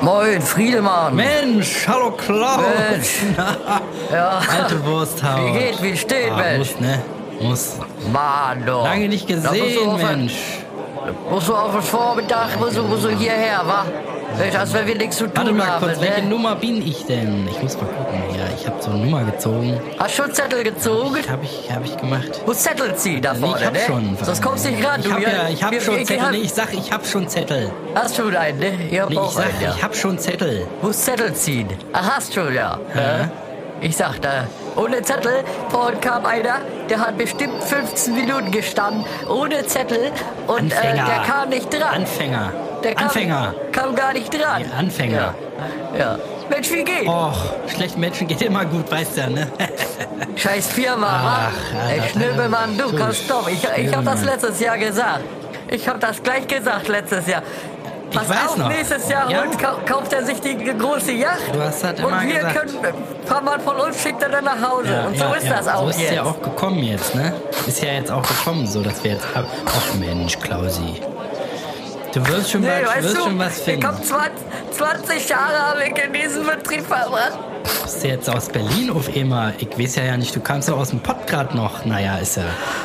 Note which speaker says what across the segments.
Speaker 1: Moin, Friedemann.
Speaker 2: Mensch, hallo Klaus.
Speaker 1: Mensch. Ja.
Speaker 2: Alte Wursthaut.
Speaker 1: Wie geht, wie steht,
Speaker 2: ah,
Speaker 1: Mensch?
Speaker 2: Muss, ne? Muss.
Speaker 1: Mann, doch.
Speaker 2: Lange nicht
Speaker 1: Da musst du
Speaker 2: gesehen,
Speaker 1: auf ein-
Speaker 2: Mensch.
Speaker 1: Musst du auf den Vormittag, musst du, musst du hierher, wa? Mensch, als wenn wir nichts zu tun
Speaker 2: Warte mal
Speaker 1: haben,
Speaker 2: kurz, welche
Speaker 1: ne?
Speaker 2: Nummer bin ich denn? Ich muss mal gucken. Ja, ich habe so eine Nummer gezogen.
Speaker 1: Hast schon Zettel gezogen?
Speaker 2: Habe ich, hab ich gemacht.
Speaker 1: Muss Zettel ziehen da
Speaker 2: Nee,
Speaker 1: vorne,
Speaker 2: ich hab
Speaker 1: ne?
Speaker 2: schon.
Speaker 1: Sonst kommst du nicht ran,
Speaker 2: ich
Speaker 1: du.
Speaker 2: hab
Speaker 1: wir-
Speaker 2: ja, ich hab
Speaker 1: wir-
Speaker 2: schon
Speaker 1: wir-
Speaker 2: Zettel.
Speaker 1: hab-
Speaker 2: Nee, ich sag, ich hab schon Zettel.
Speaker 1: Hast du einen, ne? Ich hab
Speaker 2: Nee, ich
Speaker 1: auch
Speaker 2: sag,
Speaker 1: einen, ja.
Speaker 2: ich hab schon Zettel.
Speaker 1: Muss Zettel ziehen. Ach, hast du ja.
Speaker 2: Ja.
Speaker 1: Ich sag da, ohne Zettel, vorhin kam einer, der hat bestimmt 15 Minuten gestanden, ohne Zettel und äh,
Speaker 2: Anfänger.
Speaker 1: der kam nicht dran.
Speaker 2: Anfänger.
Speaker 1: Der kam,
Speaker 2: Anfänger.
Speaker 1: kam gar nicht dran.
Speaker 2: Ja, Anfänger. Oh.
Speaker 1: Ja. ja. Mensch, wie geht's?
Speaker 2: Och, schlechten Menschen geht immer gut, weißt du ja, ne?
Speaker 1: Scheiß Firma,
Speaker 2: Ach,
Speaker 1: wa? Ey,
Speaker 2: Alter,
Speaker 1: Schnibbelmann, du
Speaker 2: du
Speaker 1: kannst doch. Ich, ich hab das
Speaker 2: Schnibbelmann.
Speaker 1: letztes Jahr gesagt. Ich hab das gleich gesagt letztes Jahr. Pass
Speaker 2: weiß
Speaker 1: auf,
Speaker 2: noch.
Speaker 1: nächstes Jahr
Speaker 2: Ja.
Speaker 1: holt, kau- kauft er sich die große Yacht.
Speaker 2: Du hast das
Speaker 1: und
Speaker 2: immer
Speaker 1: wir
Speaker 2: gesagt.
Speaker 1: können, ein paar Mann von uns schickt er dann nach Hause. und so ist das
Speaker 2: So
Speaker 1: auch
Speaker 2: ist
Speaker 1: jetzt.
Speaker 2: ja auch gekommen jetzt, ne? Ist ja jetzt auch gekommen, so dass wir jetzt haben. Ach Mensch, Klausi. Du wirst schon,
Speaker 1: Nee,
Speaker 2: was,
Speaker 1: weißt
Speaker 2: wirst
Speaker 1: du,
Speaker 2: schon was
Speaker 1: ich
Speaker 2: finden.
Speaker 1: hab 20, 20 Jahre habe ich in diesem Betrieb verbracht.
Speaker 2: Bist du jetzt aus Berlin auf immer? Ich weiß ja ja nicht, du kamst ja aus dem Pott grad noch. Naja, ist ja.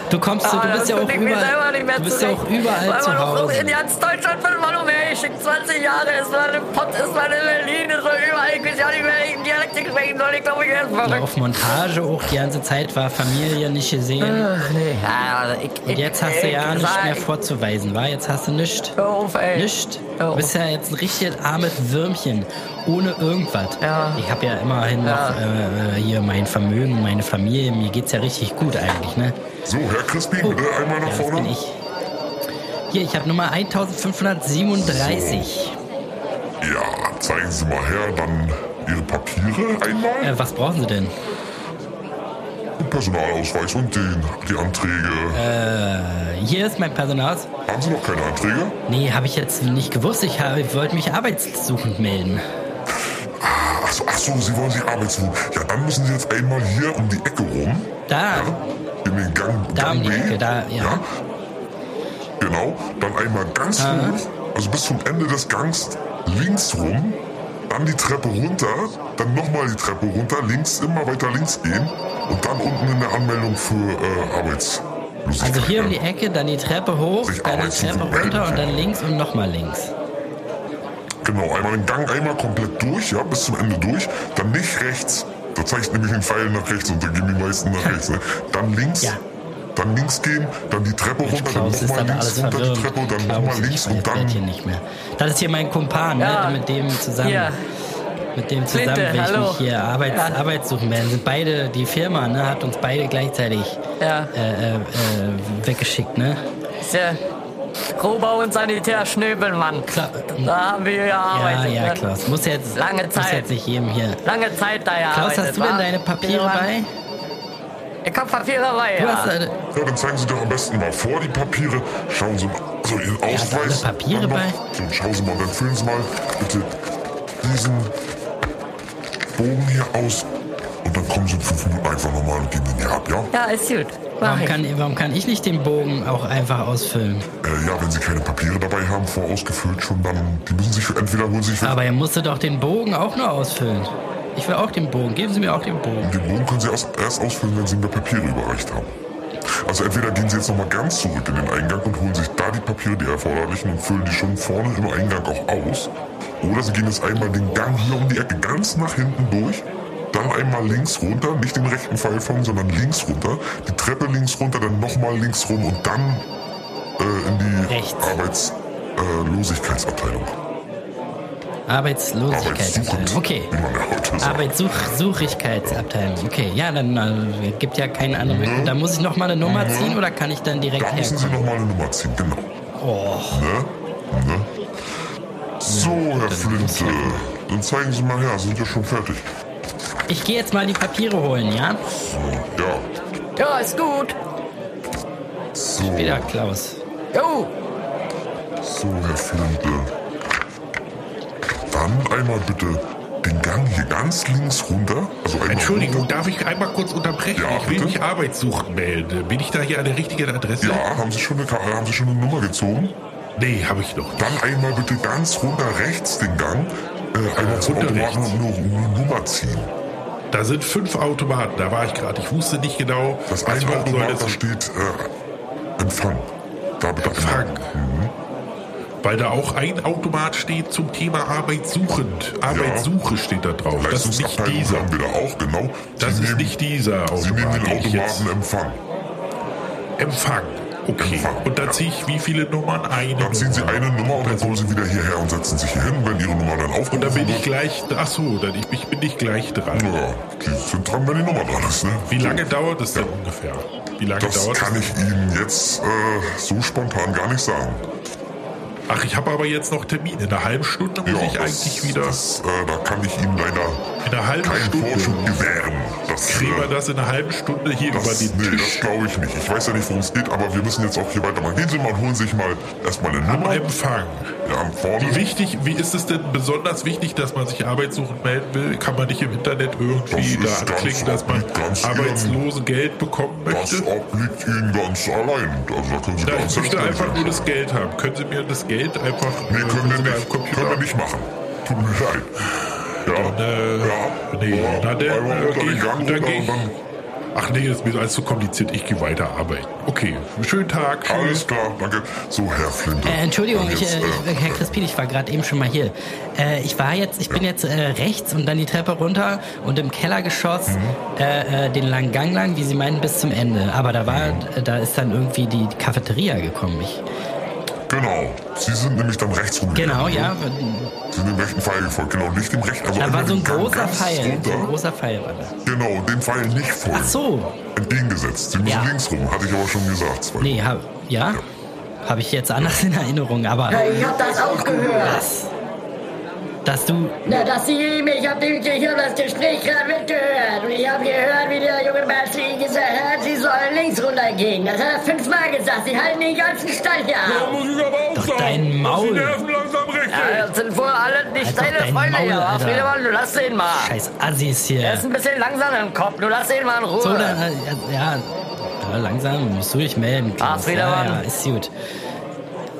Speaker 2: Du kommst,
Speaker 1: Ah,
Speaker 2: du bist ja
Speaker 1: das
Speaker 2: auch
Speaker 1: bin ich mir selber
Speaker 2: überall.
Speaker 1: nicht mehr
Speaker 2: Du bist ja
Speaker 1: zurecht.
Speaker 2: auch überall
Speaker 1: Weil
Speaker 2: zu
Speaker 1: man auch
Speaker 2: Hause.
Speaker 1: In ganz Deutschland wird man umhergeschickt. 20 Jahre ist man in Pott, ist man in Berlin, ist man überall. Ich weiß ja nicht, welchen Dialekt ich sprechen soll. Ich glaube, ich werde
Speaker 2: Ja,
Speaker 1: verrückt.
Speaker 2: Auf Montage auch die ganze Zeit war Familie nicht gesehen.
Speaker 1: Ach, nee. Ja, also ich,
Speaker 2: Und
Speaker 1: ich-
Speaker 2: jetzt hast du
Speaker 1: ich
Speaker 2: ja nichts
Speaker 1: sag-
Speaker 2: mehr vorzuweisen, war? Jetzt hast du nichts.
Speaker 1: Hör auf, ey.
Speaker 2: Nicht?
Speaker 1: Ja.
Speaker 2: Du bist ja jetzt ein richtig armes Würmchen. Ohne irgendwas.
Speaker 1: Ja.
Speaker 2: Ich habe ja immerhin
Speaker 1: Ja.
Speaker 2: noch äh, äh, hier mein Vermögen, meine Familie. Mir geht's ja richtig gut eigentlich, ne?
Speaker 3: So, Herr Crispin, bitte einmal
Speaker 2: Oh.
Speaker 3: nach
Speaker 2: Ja, das bin
Speaker 3: vorne.
Speaker 2: ich. Hier, ich habe Nummer 1537.
Speaker 3: Ja, zeigen Sie mal her, dann Ihre Papiere einmal.
Speaker 2: Äh, was brauchen Sie denn?
Speaker 3: Den Personalausweis und den, die Anträge.
Speaker 2: Äh, hier ist mein Personalaus.
Speaker 3: Haben Sie noch keine Anträge?
Speaker 2: Nee, habe ich jetzt nicht gewusst. Ich, hab- ich wollte mich arbeitssuchend melden.
Speaker 3: Ah, Ach so, ach so, Sie wollen sich arbeitslos. Ja, dann müssen Sie jetzt einmal hier um die Ecke rum.
Speaker 2: Da.
Speaker 3: Ja, in den Gang,
Speaker 2: Da
Speaker 3: Gang
Speaker 2: um die
Speaker 3: B.
Speaker 2: Ecke, da, ja.
Speaker 3: Genau, dann einmal ganz
Speaker 2: Ah.
Speaker 3: hoch, also bis zum Ende des Gangs links rum, dann die Treppe runter, dann nochmal die Treppe runter, links, immer weiter links gehen und dann unten in der Anmeldung für äh, Arbeitslosigkeit.
Speaker 2: Also hier um die Ecke, dann die Treppe hoch,
Speaker 3: Sich
Speaker 2: dann die
Speaker 3: arbeitssuchend
Speaker 2: Treppe runter
Speaker 3: melden.
Speaker 2: und dann links und nochmal links.
Speaker 3: Genau, einmal den Gang einmal komplett durch, ja, bis zum Ende durch, dann nicht rechts. Da zeigt nämlich den Pfeil nach rechts und dann gehen die meisten nach rechts. Ne? Dann links,
Speaker 2: Ja.
Speaker 3: dann links gehen, dann die Treppe runter, dann
Speaker 2: Klaus ist
Speaker 3: nochmal
Speaker 2: dann
Speaker 3: links
Speaker 2: alles
Speaker 3: runter die
Speaker 2: verwirrend.
Speaker 3: Treppe und dann
Speaker 2: Klaus,
Speaker 3: nochmal
Speaker 2: ich
Speaker 3: links
Speaker 2: weiß
Speaker 3: und dann
Speaker 2: das halt hier nicht mehr. Das ist hier mein Kumpan,
Speaker 1: Ja.
Speaker 2: ne, mit dem zusammen.
Speaker 1: Ja.
Speaker 2: Mit dem zusammen
Speaker 1: Flinte,
Speaker 2: will ich
Speaker 1: hallo.
Speaker 2: mich hier Arbeits,
Speaker 1: Ja.
Speaker 2: Arbeit suchen werden. Sind beide, die Firma, ne, hat uns beide gleichzeitig
Speaker 1: Ja.
Speaker 2: äh, äh, äh, weggeschickt, ne?
Speaker 1: Ist ja Rohbau und Sanitär Schnöbelmann.
Speaker 2: Klar.
Speaker 1: Da haben wir
Speaker 2: Ja,
Speaker 1: gearbeitet.
Speaker 2: ja,
Speaker 1: ne?
Speaker 2: Klaus. Muss jetzt,
Speaker 1: Lange
Speaker 2: Muss
Speaker 1: Zeit.
Speaker 2: jetzt nicht jedem hier.
Speaker 1: Lange Zeit da ja.
Speaker 2: Klaus, hast du denn deine Papiere bei?
Speaker 1: Ich hab Papiere bei,
Speaker 2: Du
Speaker 1: ja.
Speaker 2: hast äh, eine,
Speaker 3: Ja, dann zeigen Sie doch am besten mal vor die Papiere. Schauen Sie mal, also Ihren
Speaker 2: hast alle
Speaker 3: Ausweis.
Speaker 2: Papiere
Speaker 3: dann noch-
Speaker 2: bei?
Speaker 3: So, schauen Sie mal, dann füllen Sie mal bitte diesen Bogen hier aus. Und dann kommen Sie in fünf Minuten einfach nochmal und geben den hier ab, ja?
Speaker 1: ja, ist gut. Mach
Speaker 2: warum,
Speaker 1: ich.
Speaker 2: kann, warum kann ich nicht den Bogen auch einfach ausfüllen?
Speaker 3: Äh, ja, wenn Sie keine Papiere dabei haben, vorausgefüllt schon, dann die müssen sich für- entweder holen Sie sich für
Speaker 2: Aber er musste doch den Bogen auch nur ausfüllen. Ich will auch den Bogen. Geben Sie mir auch den Bogen.
Speaker 3: den Bogen können Sie erst, erst ausfüllen, wenn Sie mir Papiere überreicht haben. Also entweder gehen Sie jetzt nochmal ganz zurück in den Eingang und holen sich da die Papiere, die erforderlichen, und füllen die schon vorne im Eingang auch aus. Oder Sie gehen jetzt einmal den Gang hier um die Ecke ganz nach hinten durch, dann einmal links runter, nicht den rechten Pfeil folgen, sondern links runter, die Treppe links runter, dann nochmal links rum und dann äh, in die äh,
Speaker 2: Rechts.
Speaker 3: Arbeitslosigkeitsabteilung.
Speaker 2: Arbeitslosigkeitsabteilung.
Speaker 3: Arbeitssuchend,
Speaker 2: Okay.
Speaker 3: wie man ja heute sagt.
Speaker 2: Arbeitssuchigkeitsabteilung. Okay, ja, dann äh, gibt ja keine andere Möglichkeit. Da muss ich nochmal eine Nummer ziehen oder kann ich dann direkt
Speaker 3: Da müssen
Speaker 2: herkommen?
Speaker 3: Sie nochmal eine Nummer ziehen, genau.
Speaker 2: Oh,
Speaker 3: Ne? Ne? So, Herr Flinte, dann zeigen Sie mal her, sind wir schon fertig.
Speaker 2: ich gehe jetzt mal die Papiere holen, ja?
Speaker 3: So, ja.
Speaker 1: Ja, ist gut.
Speaker 3: So,
Speaker 2: Wieder Klaus.
Speaker 1: Jo.
Speaker 3: so, Herr Flinte. Dann einmal bitte den Gang hier ganz links runter. Also einmal
Speaker 4: Entschuldigung,
Speaker 3: runter.
Speaker 4: darf ich einmal kurz unterbrechen?
Speaker 3: Ja,
Speaker 4: ich will
Speaker 3: bitte.
Speaker 4: mich arbeitssuchend melden. Bin ich da hier an der richtigen Adresse?
Speaker 3: Ja, haben Sie, schon eine, Ka- äh, haben Sie schon eine Nummer gezogen?
Speaker 4: Nee, habe ich noch. nicht.
Speaker 3: Dann einmal bitte ganz runter rechts den Gang. Äh, einmal zum
Speaker 4: Unterricht.
Speaker 3: Automaten und nur eine Nummer ziehen.
Speaker 4: Da sind fünf Automaten, da war ich gerade. Ich wusste nicht genau,
Speaker 3: Das
Speaker 4: was
Speaker 3: eine
Speaker 4: machen soll.
Speaker 3: Automat, da
Speaker 4: Das-
Speaker 3: steht äh, Empfang. Da bitte einmal.
Speaker 4: Empfang. Weil da auch ein Automat steht zum Thema Arbeitssuchend. Arbeitssuche steht da drauf. Das ist nicht
Speaker 3: Leistungsabteilung
Speaker 4: dieser.
Speaker 3: haben wir da auch, genau.
Speaker 4: Das
Speaker 3: Sie
Speaker 4: ist
Speaker 3: nehmen-
Speaker 4: nicht dieser
Speaker 3: Sie nehmen
Speaker 4: Automat,
Speaker 3: den
Speaker 4: den ich jetzt
Speaker 3: Automaten Empfang.
Speaker 4: Empfang. Okay.
Speaker 3: Empfang,
Speaker 4: Und
Speaker 3: ja.
Speaker 4: dann ziehe ich wie viele Nummern eine.
Speaker 3: Dann ziehen Sie eine Nummer und dann kommen Sie wieder hierher und setzen sich hier hin, wenn Ihre Nummer dann aufgerufen
Speaker 4: Und dann bin ich
Speaker 3: wird.
Speaker 4: gleich. Ach so, dann ich, ich bin nicht gleich dran.
Speaker 3: Ja, die sind dran, wenn die Nummer dran ist, ne?
Speaker 4: Wie lange dauert es denn ungefähr? Wie lange
Speaker 3: Das
Speaker 4: dauert
Speaker 3: kann
Speaker 4: es?
Speaker 3: ich Ihnen jetzt äh, so spontan gar nicht sagen.
Speaker 4: Ach, ich habe aber jetzt noch Termine. In einer halben Stunde muss ich
Speaker 3: das-
Speaker 4: eigentlich wieder.
Speaker 3: Das, äh, da kann ich Ihnen
Speaker 4: In einer
Speaker 3: leider
Speaker 4: halben
Speaker 3: keinen
Speaker 4: Stunde.
Speaker 3: Vorschub gewähren. Das,
Speaker 4: kriegen wir
Speaker 3: äh,
Speaker 4: das in einer halben Stunde hier über
Speaker 3: das,
Speaker 4: den
Speaker 3: nee,
Speaker 4: Tisch.
Speaker 3: das glaube ich nicht. Ich weiß ja nicht, worum es geht, aber wir müssen jetzt auch hier weitermachen. Gehen Sie mal und holen sich mal erstmal eine
Speaker 4: Am
Speaker 3: Nummer.
Speaker 4: Empfang.
Speaker 3: Ja, am vorne.
Speaker 4: Wie wichtig, wie ist es denn besonders wichtig, dass man sich arbeitssuchend melden will? Kann man nicht im Internet irgendwie
Speaker 3: Das
Speaker 4: da
Speaker 3: ist ganz
Speaker 4: anklicken, dass man
Speaker 3: obliegt ganz Ihrem-
Speaker 4: Arbeitslosengeld bekommen
Speaker 3: Das
Speaker 4: möchte?
Speaker 3: obliegt Ihnen ganz allein. Also da können Sie
Speaker 4: Na,
Speaker 3: ganz
Speaker 4: ich möchte
Speaker 3: selbstständig
Speaker 4: einfach nur das
Speaker 3: entscheiden.
Speaker 4: Geld haben. Können Sie mir das Geld einfach
Speaker 3: Nee,
Speaker 4: äh,
Speaker 3: können
Speaker 4: Sie
Speaker 3: wir
Speaker 4: mir am
Speaker 3: nicht.
Speaker 4: Computer
Speaker 3: Können wir nicht machen. Tut mir leid. Ja.
Speaker 4: äh,
Speaker 3: ja.
Speaker 4: nee,
Speaker 3: ja.
Speaker 4: na, dann,
Speaker 3: Einmal
Speaker 4: äh,
Speaker 3: unter
Speaker 4: geh
Speaker 3: den Gang
Speaker 4: ich- dann
Speaker 3: runter
Speaker 4: geh
Speaker 3: und
Speaker 4: ich-
Speaker 3: dann.
Speaker 4: Ach nee, das ist mir alles zu kompliziert. Ich gehe weiter arbeiten. Okay, schönen Tag. Tschüss.
Speaker 3: Alles klar, danke. So, Herr Flinte.
Speaker 2: Äh, Entschuldigung,
Speaker 3: dann
Speaker 2: ich,
Speaker 3: jetzt,
Speaker 2: äh, ich, Herr Crispin, ich war gerade eben schon mal hier. Äh, ich war jetzt, ich bin jetzt äh, rechts und dann die Treppe runter und im Kellergeschoss äh, äh, den langen Gang lang, wie Sie meinen, bis zum Ende. Aber da war, äh, da ist dann irgendwie die Cafeteria gekommen. Ich,
Speaker 3: Genau. Sie sind nämlich dann rechts rum.
Speaker 2: genau, ja.
Speaker 3: Sie sind dem rechten Pfeil gefolgt. Genau, nicht dem rechten. Also
Speaker 2: Da
Speaker 3: einmal
Speaker 2: war so ein
Speaker 3: den Gang
Speaker 2: großer
Speaker 3: ganz
Speaker 2: Pfeil. So ein
Speaker 3: Runter.
Speaker 2: großer Pfeil war da.
Speaker 3: Genau, den Pfeil nicht folgen.
Speaker 2: Ach so.
Speaker 3: Entgegengesetzt. Sie müssen
Speaker 2: Ja.
Speaker 3: links rum, hatte ich aber schon gesagt. Zwei.
Speaker 2: Nee, hab, ja? Habe ich jetzt anders in Erinnerung, aber
Speaker 5: Ja, Ich hab das auch gehört.
Speaker 2: dass, dass du
Speaker 5: Na, dass sie mich, ich hab, den- ich hab das Gespräch gerade mitgehört. Und ich hab gehört, wie der junge Mensch ihnen gesagt hat, sie sollen links runtergehen. Das hat er fünfmal gesagt. Sie halten den ganzen Stall hier ab.
Speaker 4: muss ich aber auch
Speaker 2: Doch sagen. dein Maul. Sie nerven
Speaker 4: langsam richtig.
Speaker 5: das sind wohl alle nicht
Speaker 2: Halt doch deine dein Freunde Maul, hier. Alter. Friedemann,
Speaker 5: du lass den mal.
Speaker 2: scheiß Assis hier.
Speaker 5: ein bisschen langsam im Kopf. Du lass den mal in Ruhe.
Speaker 2: So, dann, äh, ja, ja, langsam musst du dich melden. Klaus.
Speaker 5: Friedemann.
Speaker 2: Ja, ja, ist gut.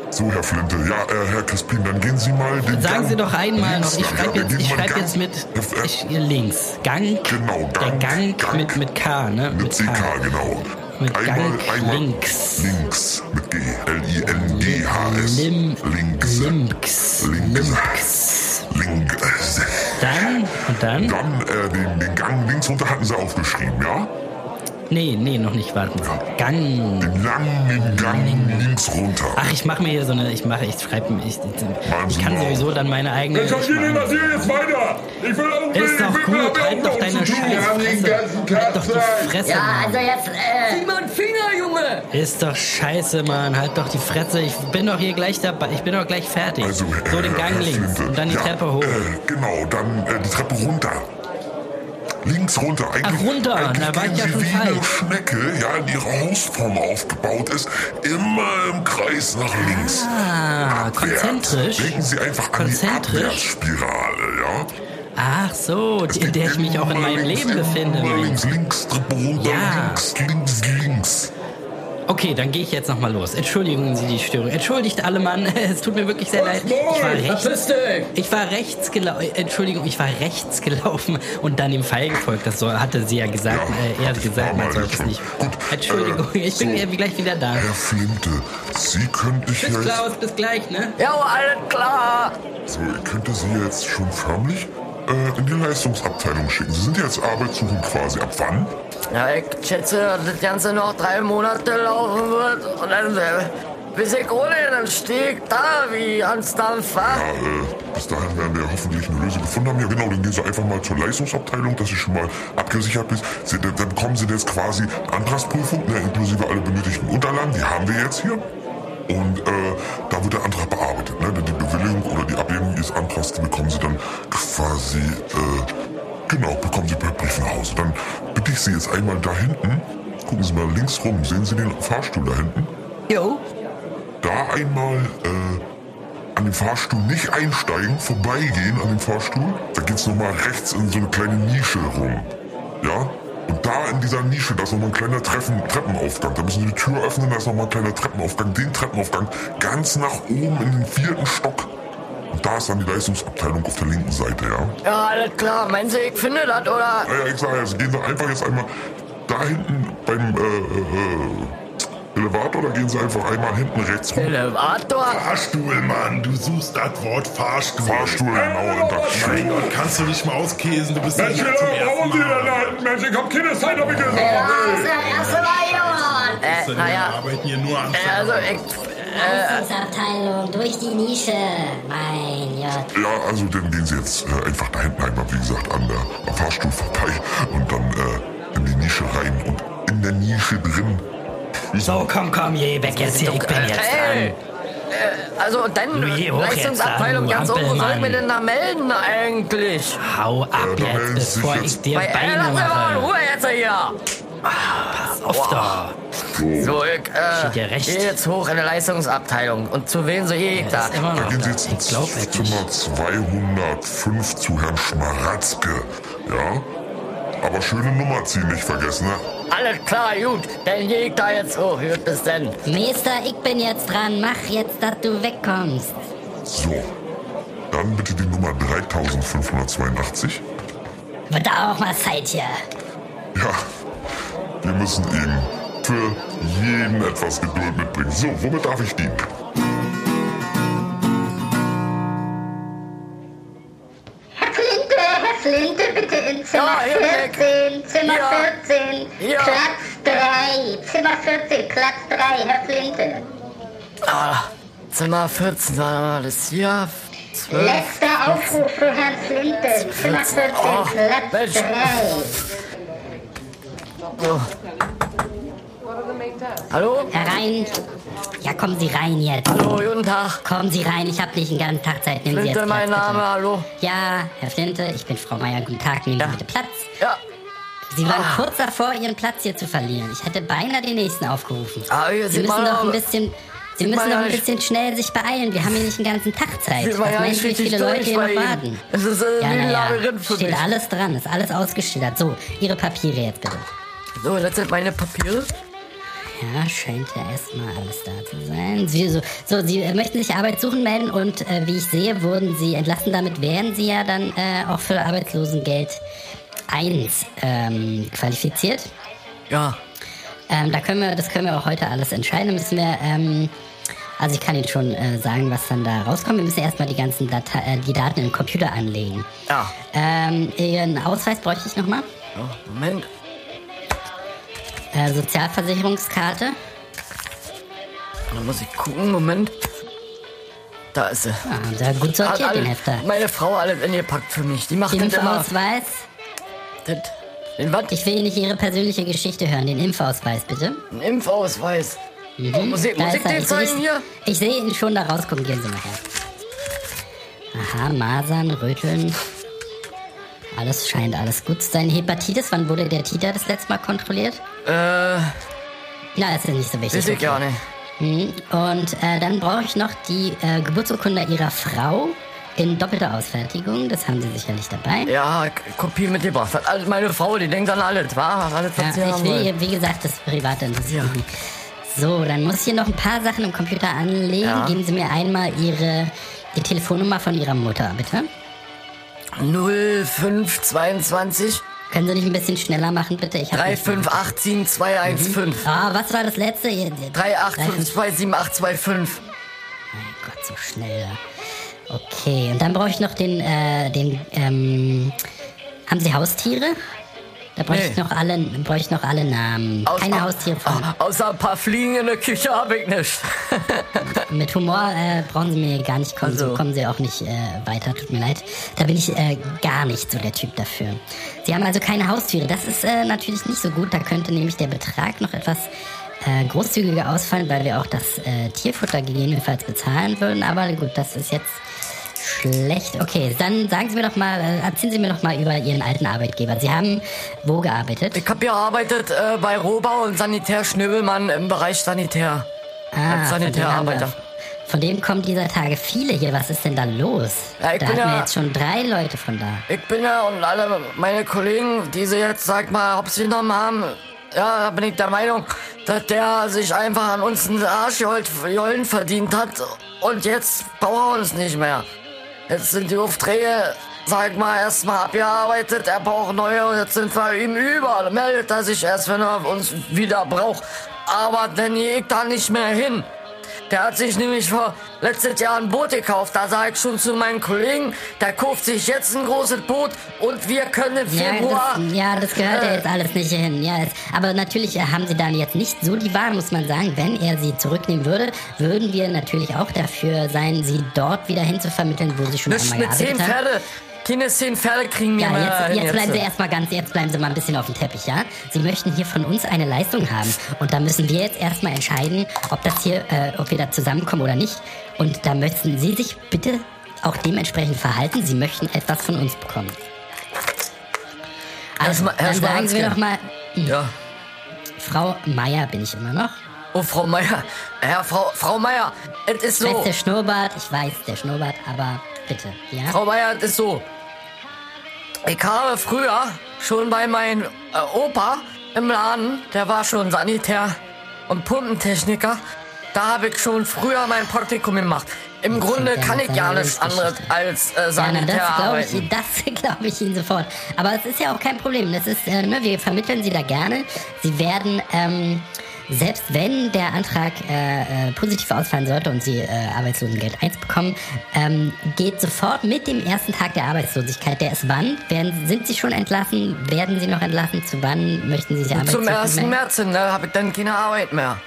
Speaker 3: So, Herr Flinte. Ja, äh, Herr Crispin, dann gehen Sie mal
Speaker 2: Sagen
Speaker 3: den Gang
Speaker 2: Sie doch einmal
Speaker 3: links
Speaker 2: noch, ich
Speaker 3: lang.
Speaker 2: schreibe
Speaker 3: Ja,
Speaker 2: jetzt,
Speaker 3: wir
Speaker 2: ich
Speaker 3: gehen mal
Speaker 2: schreib
Speaker 3: ganz-
Speaker 2: jetzt mit
Speaker 3: Äh,
Speaker 2: ich, links. Gang.
Speaker 3: Genau,
Speaker 2: Der
Speaker 3: Gang,
Speaker 2: Gang,
Speaker 3: Gang.
Speaker 2: Mit, mit K, ne?
Speaker 3: Mit CK, genau.
Speaker 2: Mit
Speaker 3: einmal,
Speaker 2: Gang
Speaker 3: einmal
Speaker 2: links.
Speaker 3: Links mit G. L-I-N-G-H-S.
Speaker 2: Lim,
Speaker 3: links.
Speaker 2: Links.
Speaker 3: Links. Links.
Speaker 2: Dann, und dann?
Speaker 3: Dann äh, den, den Gang links runter hatten sie aufgeschrieben, ja?
Speaker 2: Nee, nee, noch nicht, warten Sie. Gang.
Speaker 3: Den langen Gang links runter.
Speaker 2: Ach, ich mache mir hier so eine, ich mache, ich schreibe, ich, ich kann sowieso dann meine eigene...
Speaker 4: hier jetzt weiter. Ich will auch
Speaker 2: Ist doch gut, halt doch deine scheiß Fresse. Halt doch die Fresse,
Speaker 6: Ja,
Speaker 2: Mann.
Speaker 6: also jetzt, äh,
Speaker 5: Simon Finger, Junge.
Speaker 2: Ist doch scheiße, Mann. Halt doch die Fresse. Ich bin doch hier gleich dabei. Ich bin doch gleich fertig.
Speaker 3: Also, äh,
Speaker 2: so, den Gang
Speaker 3: Herr
Speaker 2: links.
Speaker 3: Flinte,
Speaker 2: Und dann die
Speaker 3: ja,
Speaker 2: Treppe hoch.
Speaker 3: Äh, genau, dann äh, die Treppe runter. Links runter. Eigentlich,
Speaker 2: Ach, runter.
Speaker 3: Eigentlich
Speaker 2: Na, war
Speaker 3: gehen
Speaker 2: ich ja
Speaker 3: sie
Speaker 2: schon
Speaker 3: wie eine
Speaker 2: falsch.
Speaker 3: Schnecke, ja, in ihrer Hausform aufgebaut ist, immer im Kreis nach links.
Speaker 2: Ah,
Speaker 3: Abwärts.
Speaker 2: konzentrisch.
Speaker 3: Denken Sie einfach an die
Speaker 2: Konzentrisch.
Speaker 3: Abwärtsspirale, ja?
Speaker 2: Ach so,
Speaker 3: Es
Speaker 2: die- in
Speaker 3: geht
Speaker 2: der ich mich auch in
Speaker 3: immer
Speaker 2: meinem
Speaker 3: links,
Speaker 2: Leben befinde.
Speaker 3: Immer
Speaker 2: Mann.
Speaker 3: links, links, Treppe runter,
Speaker 2: Ja.
Speaker 3: links, links, links.
Speaker 2: Okay, dann gehe ich jetzt nochmal los. Entschuldigen Sie die Störung. Entschuldigt alle Mann. Es tut mir wirklich sehr leid. Ich war rechts. Ich war rechts gelaufen. Entschuldigung, ich war rechts gelaufen und dann dem Pfeil gefolgt. Das so, hatte sie ja gesagt.
Speaker 3: Ja,
Speaker 2: äh, er
Speaker 3: hatte
Speaker 2: hat
Speaker 3: ich
Speaker 2: gesagt,
Speaker 3: ein paar
Speaker 2: man
Speaker 3: Mal
Speaker 2: sollte es
Speaker 3: schon.
Speaker 2: nicht.
Speaker 3: Gut,
Speaker 2: Entschuldigung,
Speaker 3: äh,
Speaker 2: ich bin
Speaker 3: so.
Speaker 2: ja gleich wieder da.
Speaker 3: Herr Flinte, Sie könnte
Speaker 2: Bis
Speaker 3: ich ja jetzt
Speaker 2: Klaus, bis gleich, ne?
Speaker 5: Ja, alles klar.
Speaker 3: So, ihr könnte sie jetzt schon förmlich äh, in die Leistungsabteilung schicken. Sie sind ja jetzt arbeitssuchend quasi. Ab wann?
Speaker 5: Ja, ich schätze, dass das Ganze noch drei Monate laufen wird. Und dann, äh, bis ich ohne, dann stehe ich da wie ans Dampfer.
Speaker 3: Ja, äh, bis dahin werden wir hoffentlich eine Lösung gefunden haben. Ja, genau, dann gehen Sie einfach mal zur Leistungsabteilung, dass Sie schon mal abgesichert bist. Sie, dann dann bekommen Sie jetzt quasi Antragsprüfung, ne, inklusive alle benötigten Unterlagen. Die haben wir jetzt hier. Und äh, da wird der Antrag bearbeitet. Ne? Die Bewilligung oder die Ablehnung Ihres Antrags die bekommen Sie dann quasi, äh, genau, bekommen Sie per Brief nach Hause. Dann bitte ich Sie jetzt einmal da hinten, gucken Sie mal links rum, sehen Sie den Fahrstuhl da hinten?
Speaker 5: Jo.
Speaker 3: da einmal äh, an dem Fahrstuhl nicht einsteigen, vorbeigehen an dem Fahrstuhl. Da geht's nochmal rechts in so eine kleine Nische rum. Ja? Und da in dieser Nische, da ist nochmal ein kleiner Treffen, Treppenaufgang. Da müssen Sie die Tür öffnen, da ist nochmal ein kleiner Treppenaufgang. Den Treppenaufgang ganz nach oben in den vierten Stock. Und da ist dann die Leistungsabteilung auf der linken Seite, ja?
Speaker 1: Ja, alles klar. Meinen Sie, ich finde das, oder?
Speaker 3: Naja, ich sage jetzt, gehen Sie einfach jetzt einmal da hinten beim äh, äh, Elevator, da gehen Sie einfach einmal hinten rechts rum.
Speaker 5: Äh,
Speaker 1: Elevator?
Speaker 4: Fahrstuhl, Mann. Du suchst das Wort Fahrstuhl.
Speaker 3: Fahrstuhl, genau, und da
Speaker 4: Mein Gott, kannst du nicht mal auskäsen? Du bist ja
Speaker 7: Mensch,
Speaker 4: hier
Speaker 3: genau,
Speaker 7: Leute,
Speaker 4: zum
Speaker 7: warum
Speaker 4: ersten
Speaker 7: Sie denn
Speaker 4: Mal.
Speaker 7: da? Mensch, ich hab keine Zeit, hab ich gesagt.
Speaker 1: Ja, das ist der erste Mal, Johann.
Speaker 4: Wir
Speaker 1: Äh, naja.
Speaker 4: arbeiten hier nur an
Speaker 3: Äh.
Speaker 5: Äh,
Speaker 1: Also, ich.
Speaker 8: Leistungsabteilung Äh. durch die Nische. Mein Gott.
Speaker 3: Ja, also dann gehen Sie jetzt äh, einfach da hinten einmal, wie gesagt, an der am Fahrstuhl vorbei und dann äh, in die Nische rein. Und in der Nische drin,
Speaker 2: So, komm, komm, je, weg jetzt hier, ich bin jetzt
Speaker 1: Ey,
Speaker 2: dran.
Speaker 1: äh, also und dann
Speaker 2: Du geh hoch jetzt
Speaker 1: Leistungsabteilung
Speaker 2: dann, du
Speaker 1: ganz oben, wo soll ich
Speaker 2: Hampelmann.
Speaker 1: mir denn da melden eigentlich?
Speaker 2: Hau ab
Speaker 3: da
Speaker 2: jetzt,
Speaker 3: melden Sie
Speaker 2: bevor
Speaker 3: sich
Speaker 2: ich
Speaker 3: jetzt-
Speaker 2: dir
Speaker 1: Bei äh,
Speaker 2: Beine
Speaker 1: lass mir mal in
Speaker 2: mache.
Speaker 1: Ruhe jetzt hier.
Speaker 2: Auf da.
Speaker 1: So, ich äh,
Speaker 2: Steht dir recht.
Speaker 1: geh jetzt hoch in die Leistungsabteilung und zu wem soll ich da?
Speaker 2: Ist immer
Speaker 3: da
Speaker 2: noch
Speaker 3: gehen Sie
Speaker 2: da.
Speaker 3: jetzt
Speaker 2: Ich
Speaker 3: ins
Speaker 2: glaub echt nicht.
Speaker 3: Zimmer 205 zu Herrn Schmaratzke. Ja? Aber schöne Nummer ziehen nicht vergessen, ne?
Speaker 1: Alles klar, gut, dann geh ich da jetzt hoch, gut, bis dann.
Speaker 8: Meister, ich bin jetzt dran. Mach jetzt, dass du wegkommst.
Speaker 3: So. Dann bitte die Nummer 3582.
Speaker 8: Wird auch mal Zeit hier.
Speaker 3: Ja, wir müssen eben für jeden etwas Geduld mitbringen. So, womit darf ich dienen?
Speaker 9: Herr Klinke, Herr Klinke, bitte in Zimmer
Speaker 1: Ja, Herr
Speaker 9: 14, Zimmer
Speaker 1: Ja.
Speaker 9: 14,
Speaker 1: Ja.
Speaker 9: Platz 3, Zimmer 14, Platz 3, Herr Klinke.
Speaker 1: Ah, Zimmer 14, warte mal, das ist hier. 12.
Speaker 9: Letzter Aufruf für Herrn Flinte, Zimmer 14,
Speaker 1: Oh,
Speaker 9: Platz
Speaker 1: Mensch.
Speaker 9: 3.
Speaker 1: Oh. Hallo?
Speaker 8: Herein. Ja, kommen Sie rein jetzt.
Speaker 1: Hallo, guten Tag.
Speaker 8: Kommen Sie rein. Ich habe nicht den ganzen Tag Zeit. Nehmen Sie
Speaker 1: Flinte,
Speaker 8: jetzt
Speaker 1: mein
Speaker 8: Platz,
Speaker 1: Name, hallo.
Speaker 8: bitte. Ja, Herr Flinte, ich bin Frau Meier. Guten Tag. Nehmen
Speaker 1: Ja.
Speaker 8: Sie bitte Platz.
Speaker 1: Ja,
Speaker 8: Sie waren
Speaker 1: Ah.
Speaker 8: kurz davor, Ihren Platz hier zu verlieren. Ich hätte beinahe den nächsten aufgerufen.
Speaker 1: Ah, hier
Speaker 8: Sie
Speaker 1: sieht
Speaker 8: müssen
Speaker 1: man
Speaker 8: doch
Speaker 1: aber-
Speaker 8: ein bisschen. Sie
Speaker 1: sieht man
Speaker 8: müssen doch
Speaker 1: ja
Speaker 8: ein
Speaker 1: nicht-
Speaker 8: bisschen schnell sich beeilen. Wir haben hier nicht den ganzen Tag Zeit.
Speaker 1: sieht
Speaker 8: Was
Speaker 1: man ja
Speaker 8: meinst
Speaker 1: nicht
Speaker 8: du, wie
Speaker 1: richtig
Speaker 8: viele Leute
Speaker 1: durch
Speaker 8: hier
Speaker 1: bei
Speaker 8: noch
Speaker 1: Ihnen.
Speaker 8: warten?
Speaker 1: Es ist äh,
Speaker 8: Ja,
Speaker 1: wie ein
Speaker 8: naja,
Speaker 1: Labyrinth für
Speaker 8: steht
Speaker 1: mich.
Speaker 8: alles dran, ist alles ausgeschildert. So, Ihre Papiere jetzt bitte.
Speaker 1: So, das sind meine Papiere.
Speaker 8: Ja, scheint ja erstmal alles da zu sein. Sie, so, so, Sie äh, möchten sich Arbeit suchen melden und äh, wie ich sehe, wurden Sie entlassen. Damit wären Sie ja dann äh, auch für Arbeitslosengeld 1 ähm, qualifiziert.
Speaker 1: Ja.
Speaker 8: Ähm, da können wir, das können wir auch heute alles entscheiden. Da Müssen wir, ähm, also ich kann Ihnen schon äh, sagen, was dann da rauskommt. Wir müssen erstmal die ganzen Data äh, die Daten in den Computer anlegen.
Speaker 1: Ja.
Speaker 8: Ähm, Ihren Ausweis bräuchte ich nochmal.
Speaker 1: Oh, Moment.
Speaker 8: Äh, Sozialversicherungskarte.
Speaker 1: Dann muss ich gucken, Moment. Da ist sie.
Speaker 8: Ah, haben Sie gut
Speaker 1: Hat
Speaker 8: sortiert, den
Speaker 1: alle,
Speaker 8: Hefter.
Speaker 1: meine Frau alles eingepackt für mich. Die macht das immer.
Speaker 8: Impfausweis.
Speaker 1: Das, den was?
Speaker 8: Ich will nicht Ihre persönliche Geschichte hören. Den Impfausweis, bitte.
Speaker 1: Ein Impfausweis. Oh, muss ich, muss ich
Speaker 8: Mhm. er.
Speaker 1: den zeigen hier?
Speaker 8: Ich, ich sehe ihn schon da rauskommen. Gehen Sie mal her. Aha, Masern, Röteln. Alles scheint alles gut zu sein. Hepatitis, wann wurde der Titer das letzte Mal kontrolliert?
Speaker 1: Äh,
Speaker 8: Na, das ist nicht so wichtig.
Speaker 1: weiß ich ja nicht.
Speaker 8: Hm, Und äh, dann brauche ich noch die äh, Geburtsurkunde Ihrer Frau in doppelter Ausfertigung. Das haben Sie sicherlich dabei.
Speaker 1: Ja, K- Kopie mitgebracht. Hat alles Also meine Frau, die denkt an alles, wa? Alles, was sie
Speaker 8: Ja, ich
Speaker 1: haben
Speaker 8: will
Speaker 1: wollen.
Speaker 8: hier, wie gesagt, das Private interessiert
Speaker 1: Ja.
Speaker 8: mich nicht. So, dann muss ich hier noch ein paar Sachen im Computer anlegen.
Speaker 1: Ja.
Speaker 8: Geben Sie mir einmal Ihre die Telefonnummer von Ihrer Mutter, bitte.
Speaker 1: 0522
Speaker 8: Können Sie nicht ein bisschen schneller machen, bitte? Ich hab nicht-
Speaker 1: 3587215.
Speaker 8: Ah, was war das letzte? Ihr-
Speaker 1: 385278225.
Speaker 8: Mein Gott, so schnell. Okay, und dann brauche ich noch den, äh, den, ähm, haben Sie Haustiere? Da bräuchte
Speaker 1: Nee.
Speaker 8: ich noch alle, bräuchte ich noch alle Namen.
Speaker 1: Aus- Ah,
Speaker 8: Keine Haustiere von.
Speaker 1: Au- Außer ein paar Fliegen in der Küche hab ich nicht.
Speaker 8: Mit Humor äh, brauchen Sie mir gar nicht kommen,
Speaker 1: Also.
Speaker 8: so kommen Sie auch nicht äh, weiter, tut mir leid. Da bin ich äh, gar nicht so der Typ dafür. Sie haben also keine Haustiere, das ist äh, natürlich nicht so gut, da könnte nämlich der Betrag noch etwas äh, großzügiger ausfallen, weil wir auch das äh, Tierfutter gegebenenfalls bezahlen würden, aber gut, das ist jetzt schlecht. Okay, dann sagen Sie mir doch mal, äh, erzählen Sie mir doch mal über Ihren alten Arbeitgeber. Sie haben wo gearbeitet?
Speaker 1: Ich hab gearbeitet äh, bei Rohbau und Sanitär Schnöbelmann im Bereich Sanitär. als
Speaker 8: Ah, von dem haben wir-
Speaker 1: Sanitärarbeiter.
Speaker 8: Von dem kommen dieser Tage viele hier. Was ist denn da los?
Speaker 1: Ja, ich
Speaker 8: da
Speaker 1: bin
Speaker 8: hatten wir
Speaker 1: ja-
Speaker 8: jetzt schon drei Leute von da.
Speaker 1: Ich bin ja und alle meine Kollegen, die sie jetzt, sag mal, Hops genommen haben, ja, da bin ich der Meinung, dass der sich einfach an uns einen Arsch geholt- Jollen verdient hat und jetzt braucht er uns nicht mehr. Jetzt sind die Aufträge, sag mal, erstmal abgearbeitet. Er braucht neue und jetzt sind wir ihm über. Meldet er sich erst, wenn er uns wieder braucht. Aber dann gehe ich da nicht mehr hin. Der hat sich nämlich vor letztes Jahr ein Boot gekauft. Da sage ich schon zu meinen Kollegen, der kauft sich jetzt ein großes Boot und wir können im
Speaker 8: Ja,
Speaker 1: Februar. Äh.
Speaker 8: das, ja, das gehört ja jetzt alles nicht hierhin. Ja, es, aber natürlich äh, haben sie dann jetzt nicht so die Wahl, muss man sagen. Wenn er sie zurücknehmen würde, würden wir natürlich auch dafür sein, sie dort wieder hinzuvermitteln, wo sie schon
Speaker 1: Nicht
Speaker 8: einmal
Speaker 1: mit zehn
Speaker 8: gearbeitet haben.
Speaker 1: Pferde. Keine zehn Pferde kriegen wir
Speaker 8: Ja,
Speaker 1: mehr
Speaker 8: jetzt,
Speaker 1: hin
Speaker 8: jetzt bleiben Sie
Speaker 1: jetzt.
Speaker 8: erstmal ganz, jetzt bleiben Sie mal ein bisschen auf dem Teppich, ja? Sie möchten hier von uns eine Leistung haben. Und da müssen wir jetzt erstmal entscheiden, ob das hier, äh, ob wir da zusammenkommen oder nicht. Und da möchten Sie sich bitte auch dementsprechend verhalten. Sie möchten etwas von uns bekommen. Also,
Speaker 1: Schma- Herr
Speaker 8: dann sagen Sie
Speaker 1: Schmalanske.
Speaker 8: mir doch mal, hm,
Speaker 1: Ja.
Speaker 8: Frau Meier bin ich immer noch.
Speaker 1: Oh, Frau Meier. Herr Frau, Frau Meier, es ist
Speaker 8: Ich weiß,
Speaker 1: so.
Speaker 8: der Schnurrbart, ich weiß, der Schnurrbart, aber bitte, ja?
Speaker 1: Frau Meier, es ist so. Ich habe früher schon bei meinem äh, Opa im Laden, der war schon Sanitär und Pumpentechniker, da habe ich schon früher mein Praktikum gemacht. Im Grunde
Speaker 8: ja
Speaker 1: kann
Speaker 8: mit
Speaker 1: ich ja
Speaker 8: seiner
Speaker 1: nichts anderes
Speaker 8: Lebensgeschichte.
Speaker 1: als äh,
Speaker 8: Ja, na,
Speaker 1: Sanitär
Speaker 8: das glaube ich,
Speaker 1: arbeiten.
Speaker 8: Ihnen- das glaube ich Ihnen sofort. Aber es ist ja auch kein Problem. Das ist, äh, ne, wir vermitteln Sie da gerne. Sie werden, ähm, selbst wenn der Antrag äh, äh, positiv ausfallen sollte und Sie äh, Arbeitslosengeld 1 bekommen, ähm, geht sofort mit dem ersten Tag der Arbeitslosigkeit. Der ist wann? Werden, sind Sie schon entlassen? Werden Sie noch entlassen? Zu wann möchten Sie sich
Speaker 1: Zum
Speaker 8: arbeitslos
Speaker 1: 1. März hin, ne, habe ich dann keine Arbeit mehr.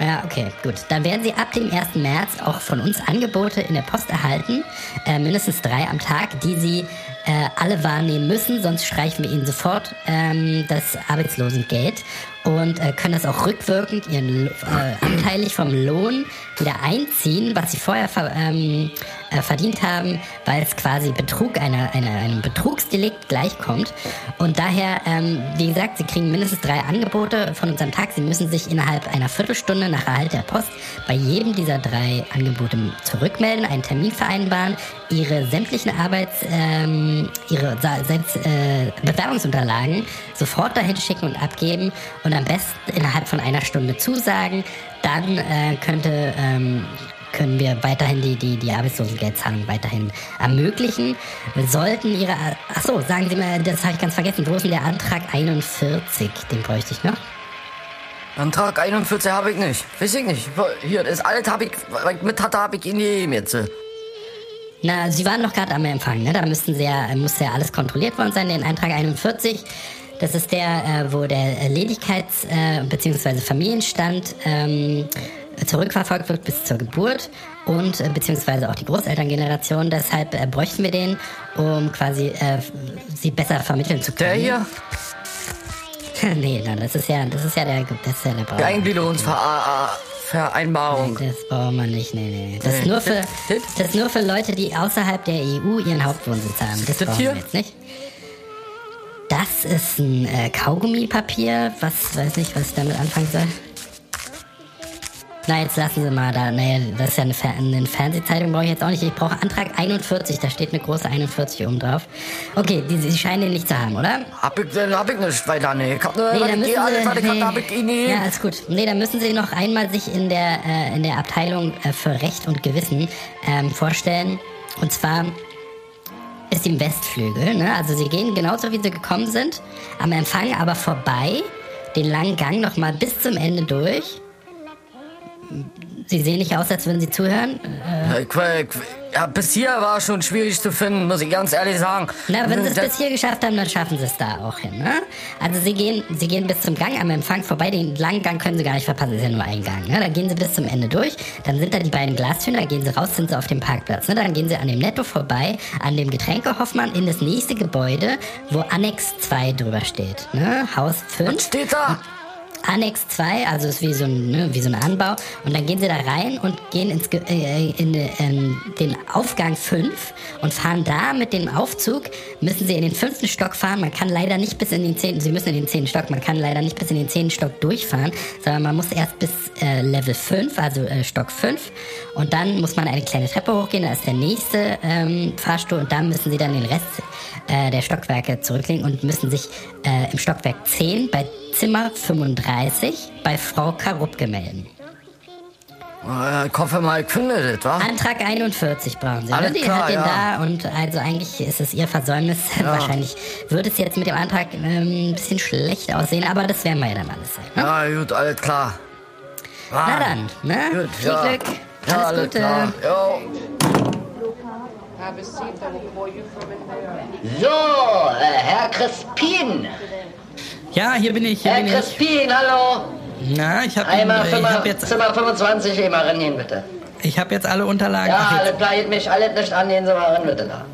Speaker 8: ja, okay, gut. Dann werden Sie ab dem 1. März auch von uns Angebote in der Post erhalten, äh, mindestens drei am Tag, die Sie äh, alle wahrnehmen müssen, sonst streichen wir Ihnen sofort ähm, das Arbeitslosengeld und äh, können das auch rückwirkend Ihren Lo- äh, anteilig vom Lohn wieder einziehen, was Sie vorher ver ähm, äh, verdient haben, weil es quasi Betrug, einer, einer, einem Betrugsdelikt gleichkommt. Und daher, ähm, wie gesagt, Sie kriegen mindestens drei Angebote von uns am Tag. Sie müssen sich innerhalb einer Viertelstunde nach Erhalt der Post bei jedem dieser drei Angebote zurückmelden, einen Termin vereinbaren, Ihre sämtlichen Arbeits-, ähm, Ihre Sa- Selbst-, äh, Bewerbungsunterlagen sofort dahin schicken und abgeben und am besten innerhalb von einer Stunde zusagen. Dann äh, könnte ähm, können wir weiterhin die, die, die Arbeitslosengeldzahlung weiterhin ermöglichen. Wir sollten Ihre... Ach so, sagen Sie mal, das habe ich ganz vergessen. Wo ist denn der Antrag 41? Den bräuchte ich noch.
Speaker 1: Antrag 41 habe ich nicht. Weiß ich nicht. Hier, das alles habe ich, was ich mit hatte, habe ich in die jetzt.
Speaker 8: Na, Sie waren doch gerade am Empfang, ne? Da müssten Sie ja, muss ja alles kontrolliert worden sein, den Eintrag 41. Das ist der, äh, wo der äh, Ledigkeits- äh, bzw. Familienstand ähm, zurückverfolgt wird bis zur Geburt und äh, beziehungsweise auch die Großelterngeneration. Deshalb äh, bräuchten wir den, um quasi äh, sie besser vermitteln zu können.
Speaker 1: Der hier,
Speaker 8: nee, na, das ist ja, das ist ja der, das ist ja der Bauer.
Speaker 1: die äh, Eingliederungsvereinbarung.
Speaker 8: Das brauchen wir nicht, nee, nee. Das, ist
Speaker 1: Nee.
Speaker 8: nur für,
Speaker 1: Das-
Speaker 8: das ist nur für Leute, die außerhalb der EU ihren Hauptwohnsitz haben. Das
Speaker 1: Das
Speaker 8: brauchen
Speaker 1: hier?
Speaker 8: wir jetzt nicht. Das ist ein äh, Kaugummipapier, was weiß nicht, was ich damit anfangen soll. Na, jetzt lassen Sie mal da. Naja, das ist ja eine, Fer eine Fernsehzeitung, brauche ich jetzt auch nicht. Ich brauche Antrag 41, da steht eine große 41 oben drauf. Okay, die, Sie scheinen den nicht zu haben, oder?
Speaker 1: Hab ich, denn hab ich nicht weiter, ne. Ich hab nur,
Speaker 8: Nee,
Speaker 1: was
Speaker 8: dann
Speaker 1: ich
Speaker 8: müssen
Speaker 1: eh alles, was
Speaker 8: Sie,
Speaker 1: ich hatte, hab ich in
Speaker 8: nee.
Speaker 1: die.
Speaker 8: Ja, ist gut. Nee, dann müssen Sie noch einmal sich in der, äh, in der Abteilung äh, für Recht und Gewissen ähm, vorstellen. Und zwar ist im Westflügel, ne? Also Sie gehen genauso, wie Sie gekommen sind, am Empfang aber vorbei, den langen Gang nochmal bis zum Ende durch. Sie sehen nicht aus, als würden Sie zuhören.
Speaker 1: Ich, ich, Äh, ja, bis hier war schon schwierig zu finden, muss ich ganz ehrlich sagen. Hm,
Speaker 8: Na, wenn sie es
Speaker 1: Also Das-
Speaker 8: bis hier geschafft haben, dann schaffen sie es da auch hin, ne? Also sie gehen, sie gehen bis zum Gang am Empfang vorbei. Den langen Gang können sie gar nicht verpassen, ist ja nur ein Gang, ne? Da gehen sie bis zum Ende durch. Dann sind da die beiden Glastüren, da gehen sie raus, sind sie auf dem Parkplatz, ne? Dann gehen sie an dem Netto vorbei, an dem Getränke Hoffmann in das nächste Gebäude, wo Annex 2 drüber steht, ne? Haus 5.
Speaker 1: Was steht da?
Speaker 8: Annex 2, also ist wie so, ein, ne, wie so ein Anbau. Und dann gehen sie da rein und gehen ins, Ge- äh, in, ähm, den Aufgang 5 und fahren da mit dem Aufzug, müssen sie in den fünften Stock fahren. Man kann leider nicht bis in den zehnten, sie müssen in den zehnten Stock, man kann leider nicht bis in den zehnten Stock durchfahren, sondern man muss erst bis äh, Level 5, also äh, Stock 5. Und dann muss man eine kleine Treppe hochgehen, da ist der nächste ähm, Fahrstuhl und da müssen sie dann den Rest äh, der Stockwerke zurücklegen und müssen sich äh, im Stockwerk 10 bei Zimmer 35 bei Frau Karup melden.
Speaker 1: Äh, ich hoffe mal, ich finde das, wa?
Speaker 8: Antrag 41 brauchen Sie.
Speaker 1: Alles
Speaker 8: ne? Die
Speaker 1: klar,
Speaker 8: hat den
Speaker 1: ja.
Speaker 8: da und also eigentlich ist es Ihr Versäumnis. Wahrscheinlich wird es jetzt mit dem Antrag ähm, ein bisschen schlecht aussehen, aber das werden wir ja dann alles sehen. Ne?
Speaker 1: Ja, gut, alles klar.
Speaker 8: Na dann, ne?
Speaker 1: Ah. Gut,
Speaker 8: Viel
Speaker 1: ja.
Speaker 8: Glück. Alles
Speaker 1: Ja,
Speaker 8: Gute.
Speaker 1: klar. Jo.
Speaker 10: So, äh, Herr Crispin.
Speaker 2: Ja, hier bin ich, hier
Speaker 10: Herr
Speaker 2: bin ich.
Speaker 10: Crispin, hallo.
Speaker 2: Na, ich habe
Speaker 10: Einmal
Speaker 2: ich
Speaker 10: Zimmer,
Speaker 2: hab jetzt,
Speaker 10: Zimmer 25 immer reingehen, bitte.
Speaker 2: ich hab jetzt alle Unterlagen.
Speaker 10: Ja,
Speaker 2: Ach,
Speaker 10: alles
Speaker 2: jetzt,
Speaker 10: klar, geht mich alles nicht an, gehen Sie mal ran, bitte. Da.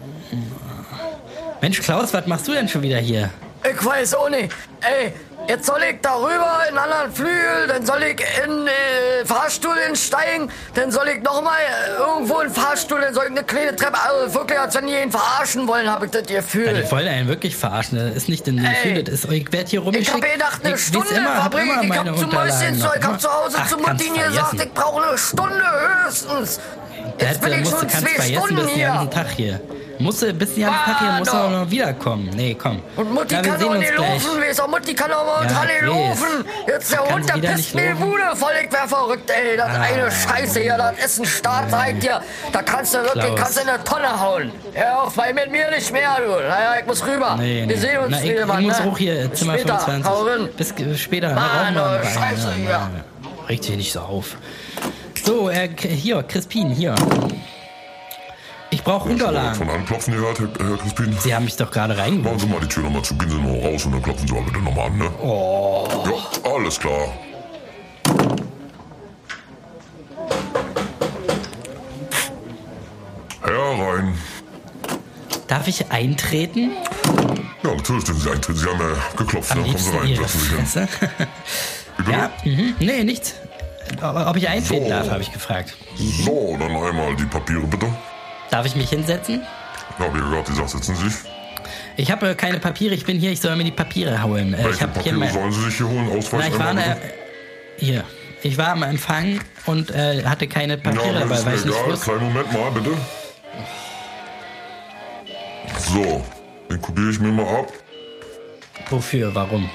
Speaker 2: Mensch, Klaus, was machst du denn schon wieder hier?
Speaker 1: Ich weiß auch nicht. Ey, jetzt soll ich darüber in einen anderen Flügel, dann soll ich in äh, Fahrstuhl steigen, dann soll ich nochmal äh, irgendwo in den Fahrstuhl, dann soll ich eine kleine Treppe. Also wirklich, als wenn die ihn verarschen wollen, habe ich das
Speaker 2: Ja,
Speaker 1: Gefühl.
Speaker 2: die wollen einen wirklich verarschen. Das ist nicht in den
Speaker 1: Äh. Ey.
Speaker 2: Schule. Das ist, ich werde hier
Speaker 1: Ich
Speaker 2: rumgeschickt.
Speaker 1: habe gedacht, eine
Speaker 2: wie's
Speaker 1: Stunde
Speaker 2: hab
Speaker 1: verbringe ich. Ich
Speaker 2: meine
Speaker 1: habe zu Mäuschen
Speaker 2: Unterlagen noch.
Speaker 1: Zeug, ich habe zu Hause
Speaker 2: Ach,
Speaker 1: zu
Speaker 2: kannst
Speaker 1: Martini gesagt,
Speaker 2: vergessen.
Speaker 1: ich brauche eine Stunde höchstens. Jetzt
Speaker 2: Da
Speaker 1: bin ich
Speaker 2: musst du-
Speaker 1: schon
Speaker 2: kannst
Speaker 1: zwei
Speaker 2: vergessen,
Speaker 1: Stunden
Speaker 2: bist den
Speaker 1: hier.
Speaker 2: ganzen Tag hier. Musst du, bist den ganzen Tag hier, musst du
Speaker 1: Ah,
Speaker 2: auch noch wiederkommen. Nee, komm.
Speaker 1: Und Mutti
Speaker 2: Na, wir
Speaker 1: kann
Speaker 2: sehen
Speaker 1: auch
Speaker 2: uns
Speaker 1: nicht
Speaker 2: gleich.
Speaker 1: laufen, weißt du? Mutti kann auch mal
Speaker 2: Ja,
Speaker 1: ja, nicht
Speaker 2: ich weiß.
Speaker 1: laufen. Jetzt der
Speaker 2: Kann
Speaker 1: Hund,
Speaker 2: sie
Speaker 1: der
Speaker 2: wieder
Speaker 1: pisst
Speaker 2: nicht
Speaker 1: mir die
Speaker 2: laufen?
Speaker 1: Bude voll. Ich wär verrückt, ey. Das
Speaker 2: Ah.
Speaker 1: eine Scheiße hier, das ist ein Staat, sag ich dir. Da kannst du wirklich,
Speaker 2: Klaus.
Speaker 1: kannst du in eine Tonne hauen. Hör auf, bei mit mir nicht mehr, du. Naja, ich muss rüber.
Speaker 2: Nee, nee.
Speaker 1: Wir sehen uns
Speaker 2: Na, ich,
Speaker 1: wieder,
Speaker 2: ich
Speaker 1: Mann.
Speaker 2: muss
Speaker 1: ne?
Speaker 2: hoch hier, äh, Zimmer
Speaker 1: Später, hau rein.
Speaker 2: 25. Bis äh, später.
Speaker 1: Mann,
Speaker 2: Rauch mal
Speaker 1: oh,
Speaker 2: einen Bein.
Speaker 1: Scheiße,
Speaker 2: Ja,
Speaker 1: ja.
Speaker 2: ja, ja. äh, Regt dich nicht so auf. So, äh, K- hier, Crispin, hier. Ich brauche Unterlagen.
Speaker 3: Von anklopfen gehört, Herr, Herr Crispin.
Speaker 2: Sie haben mich doch gerade reingeworfen.
Speaker 3: Machen Sie mal die Tür nochmal zu, gehen Sie noch raus und dann klopfen Sie mal bitte nochmal an, ne? Oh. Ja, alles klar. Herein.
Speaker 2: Darf ich eintreten?
Speaker 3: Ja, natürlich dürfen Sie eintreten. Sie haben ja geklopft, ne?
Speaker 2: Am
Speaker 3: Kommen Sie
Speaker 2: liebsten
Speaker 3: rein,
Speaker 2: Ihre
Speaker 3: setzen Sie sich hin.
Speaker 2: Fresse.
Speaker 3: Bitte?
Speaker 2: ja, mhm. nee, nichts. Ob, ob ich eintreten
Speaker 3: So.
Speaker 2: darf, habe ich gefragt.
Speaker 3: So, dann einmal die Papiere bitte.
Speaker 2: Darf ich mich hinsetzen?
Speaker 3: Ja, wie gerade gesagt, setzen Sie sich.
Speaker 2: Ich habe äh, keine Papiere, ich bin hier, ich soll mir die Papiere holen. Äh, ich
Speaker 3: Welche
Speaker 2: habe hier
Speaker 3: Papiere
Speaker 2: mein...
Speaker 3: sollen Sie sich hier holen? Ausweis
Speaker 2: Na, ich war
Speaker 3: einmal
Speaker 2: eine,
Speaker 3: bitte.
Speaker 2: hier. Ich war am Empfang und äh, hatte keine Papiere
Speaker 3: Ja,
Speaker 2: dabei,
Speaker 3: ist
Speaker 2: weil
Speaker 3: mir
Speaker 2: ich nicht
Speaker 3: egal.
Speaker 2: wusste.
Speaker 3: Kleinen Moment mal, bitte. So, den kopiere ich mir mal ab.
Speaker 2: Wofür, warum?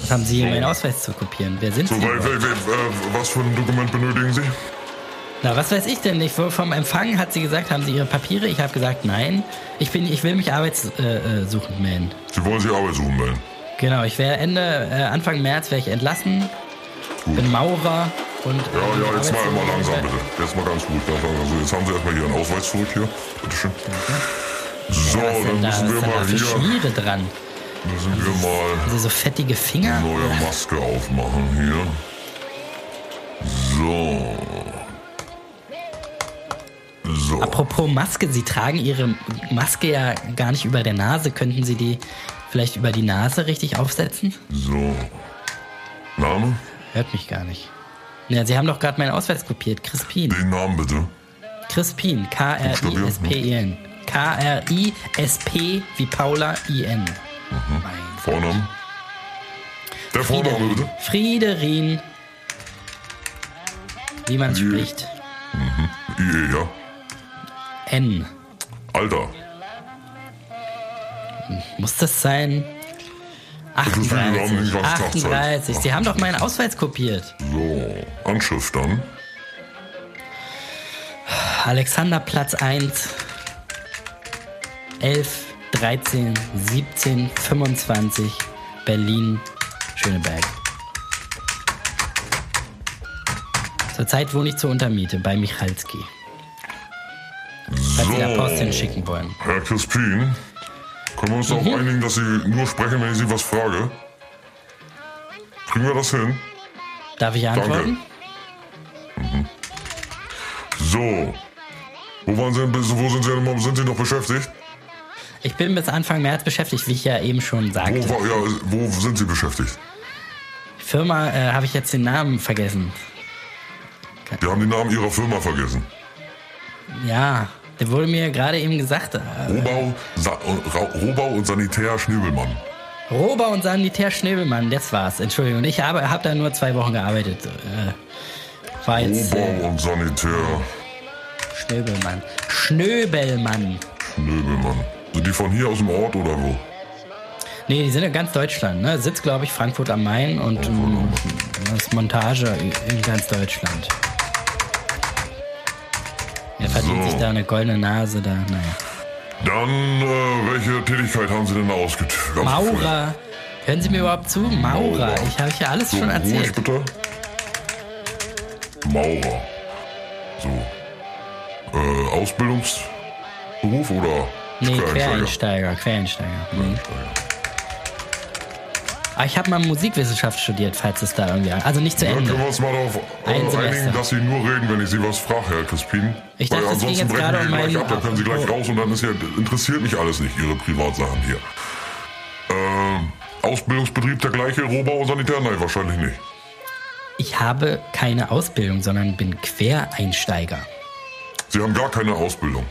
Speaker 2: Was haben Sie hier, um meinen Ausweis zu kopieren? Wer sind
Speaker 3: So,
Speaker 2: Sie?
Speaker 3: weil,
Speaker 2: überhaupt?
Speaker 3: weil, weil, äh, was für ein Dokument benötigen Sie?
Speaker 2: Na, was weiß ich denn nicht? Wo- Vom Empfang hat sie gesagt, haben Sie Ihre Papiere? Ich habe gesagt, nein. Ich, bin, ich will mich arbeitssuchend äh, äh, suchend melden.
Speaker 3: Sie wollen sich Arbeit suchen melden.
Speaker 2: Genau, ich wäre Ende, äh, Anfang März wäre ich entlassen.
Speaker 3: Gut.
Speaker 2: Bin Maurer und.
Speaker 3: Ja,
Speaker 2: äh,
Speaker 3: ja, jetzt mal
Speaker 2: arbeitslos-
Speaker 3: immer langsam, bitte. Jetzt mal ganz gut, ganz langsam. So, jetzt haben Sie erstmal hier einen Ausweis zurück hier. Bitteschön. So,
Speaker 2: Was
Speaker 3: dann
Speaker 2: denn da? Was ist
Speaker 3: müssen
Speaker 2: denn
Speaker 3: wir
Speaker 2: da
Speaker 3: mal
Speaker 2: für
Speaker 3: hier,
Speaker 2: Schmiere dran?
Speaker 3: müssen wir mal
Speaker 2: Also so fettige Finger?
Speaker 3: neue Maske aufmachen hier. So. So.
Speaker 2: Apropos Maske, Sie tragen Ihre Maske ja gar nicht über der Nase. Könnten Sie die vielleicht über die Nase richtig aufsetzen?
Speaker 3: So. Name?
Speaker 2: Hört mich gar nicht. Ja, Sie haben doch gerade meinen Ausweis kopiert. Crispin.
Speaker 3: Den Namen bitte.
Speaker 2: Crispin. K-R-I-S-P-I-N. K-R-I-S-P wie Paula I-N. Mein
Speaker 3: Vornamen? Der Vorname
Speaker 2: Friederin.
Speaker 3: bitte.
Speaker 2: Friederin. Wie man
Speaker 3: Wie?
Speaker 2: spricht.
Speaker 3: IE, ja.
Speaker 2: N.
Speaker 3: Alter.
Speaker 2: Muss das sein?
Speaker 3: will den Namen
Speaker 2: 38.
Speaker 3: nicht ganz klar zeigen.
Speaker 2: 38. Sie haben doch meinen Ausweis kopiert.
Speaker 3: So. Anschrift dann.
Speaker 2: Alexanderplatz 1. 11, 13, 17, 25. Berlin, Schöneberg. Zurzeit wohne ich zur Untermiete bei Michalski. Falls Sie da Post
Speaker 3: So.
Speaker 2: hinschicken Mhm. wollen.
Speaker 3: Herr Crispin, können wir uns darauf einigen, dass Sie nur sprechen, wenn ich Sie was frage? Kriegen wir das hin?
Speaker 2: Darf ich antworten?
Speaker 3: So. Wo, waren Sie, denn bis- wo sind Sie denn im Moment? Sind Sie noch beschäftigt?
Speaker 2: Ich bin bis Anfang März beschäftigt, wie ich ja eben schon sagte.
Speaker 3: Wo, war, ja, wo sind Sie beschäftigt?
Speaker 2: Firma äh, habe ich jetzt den Namen vergessen.
Speaker 3: Wir haben den Namen Ihrer Firma vergessen.
Speaker 2: Ja, der wurde mir gerade eben gesagt. Äh,
Speaker 3: Rohbau, Sa Ra Rohbau und Sanitär Schnübelmann.
Speaker 2: Rober und Sanitär Schnäbelmann, das war's. Entschuldigung, ich habe hab da nur zwei Wochen gearbeitet. Äh, war jetzt äh,
Speaker 3: Rohbau und Sanitär
Speaker 2: Schnöbelmann. Schnöbelmann.
Speaker 3: Schnöbelmann. Sind die von hier aus dem Ort oder wo?
Speaker 2: Nee, die sind in ganz Deutschland, ne? Sitzt, glaube ich, Frankfurt am Main und ähm, das Montage in ganz Deutschland. Er verdient
Speaker 3: So.
Speaker 2: sich da eine goldene Nase da, naja.
Speaker 3: Dann, äh, welche Tätigkeit haben Sie denn ausgeübt?
Speaker 2: Maurer. Hören Sie mir überhaupt zu? Maurer. Ich habe ja alles
Speaker 3: So,
Speaker 2: schon
Speaker 3: ruhig
Speaker 2: erzählt.
Speaker 3: bitte. Maurer. So. Äh, Ausbildungsberuf oder?
Speaker 2: Nee,
Speaker 3: Quereinsteiger?
Speaker 2: Quereinsteiger, Quereinsteiger.
Speaker 3: Quereinsteiger.
Speaker 2: Aber ich habe mal Musikwissenschaft studiert, falls es da irgendwie... Also nicht zu
Speaker 3: Ja, können wir
Speaker 2: Ende.
Speaker 3: uns mal darauf äh,
Speaker 2: Ein Semester.
Speaker 3: einigen, dass Sie nur reden, wenn ich Sie was frage, Herr Crispin.
Speaker 2: Ich dachte,
Speaker 3: Weil
Speaker 2: es ging
Speaker 3: ansonsten
Speaker 2: jetzt
Speaker 3: brechen
Speaker 2: gerade
Speaker 3: wir
Speaker 2: um
Speaker 3: hier gleich
Speaker 2: meinen-
Speaker 3: ab, dann können Sie
Speaker 2: Ach
Speaker 3: gleich
Speaker 2: so.
Speaker 3: raus und dann ist ja, interessiert mich alles nicht, Ihre Privatsachen hier. Ähm, Ausbildungsbetrieb der gleiche, Rohbau und Sanitär? Nein, wahrscheinlich nicht.
Speaker 2: Ich habe keine Ausbildung, sondern bin Quereinsteiger.
Speaker 3: Sie haben gar keine Ausbildung.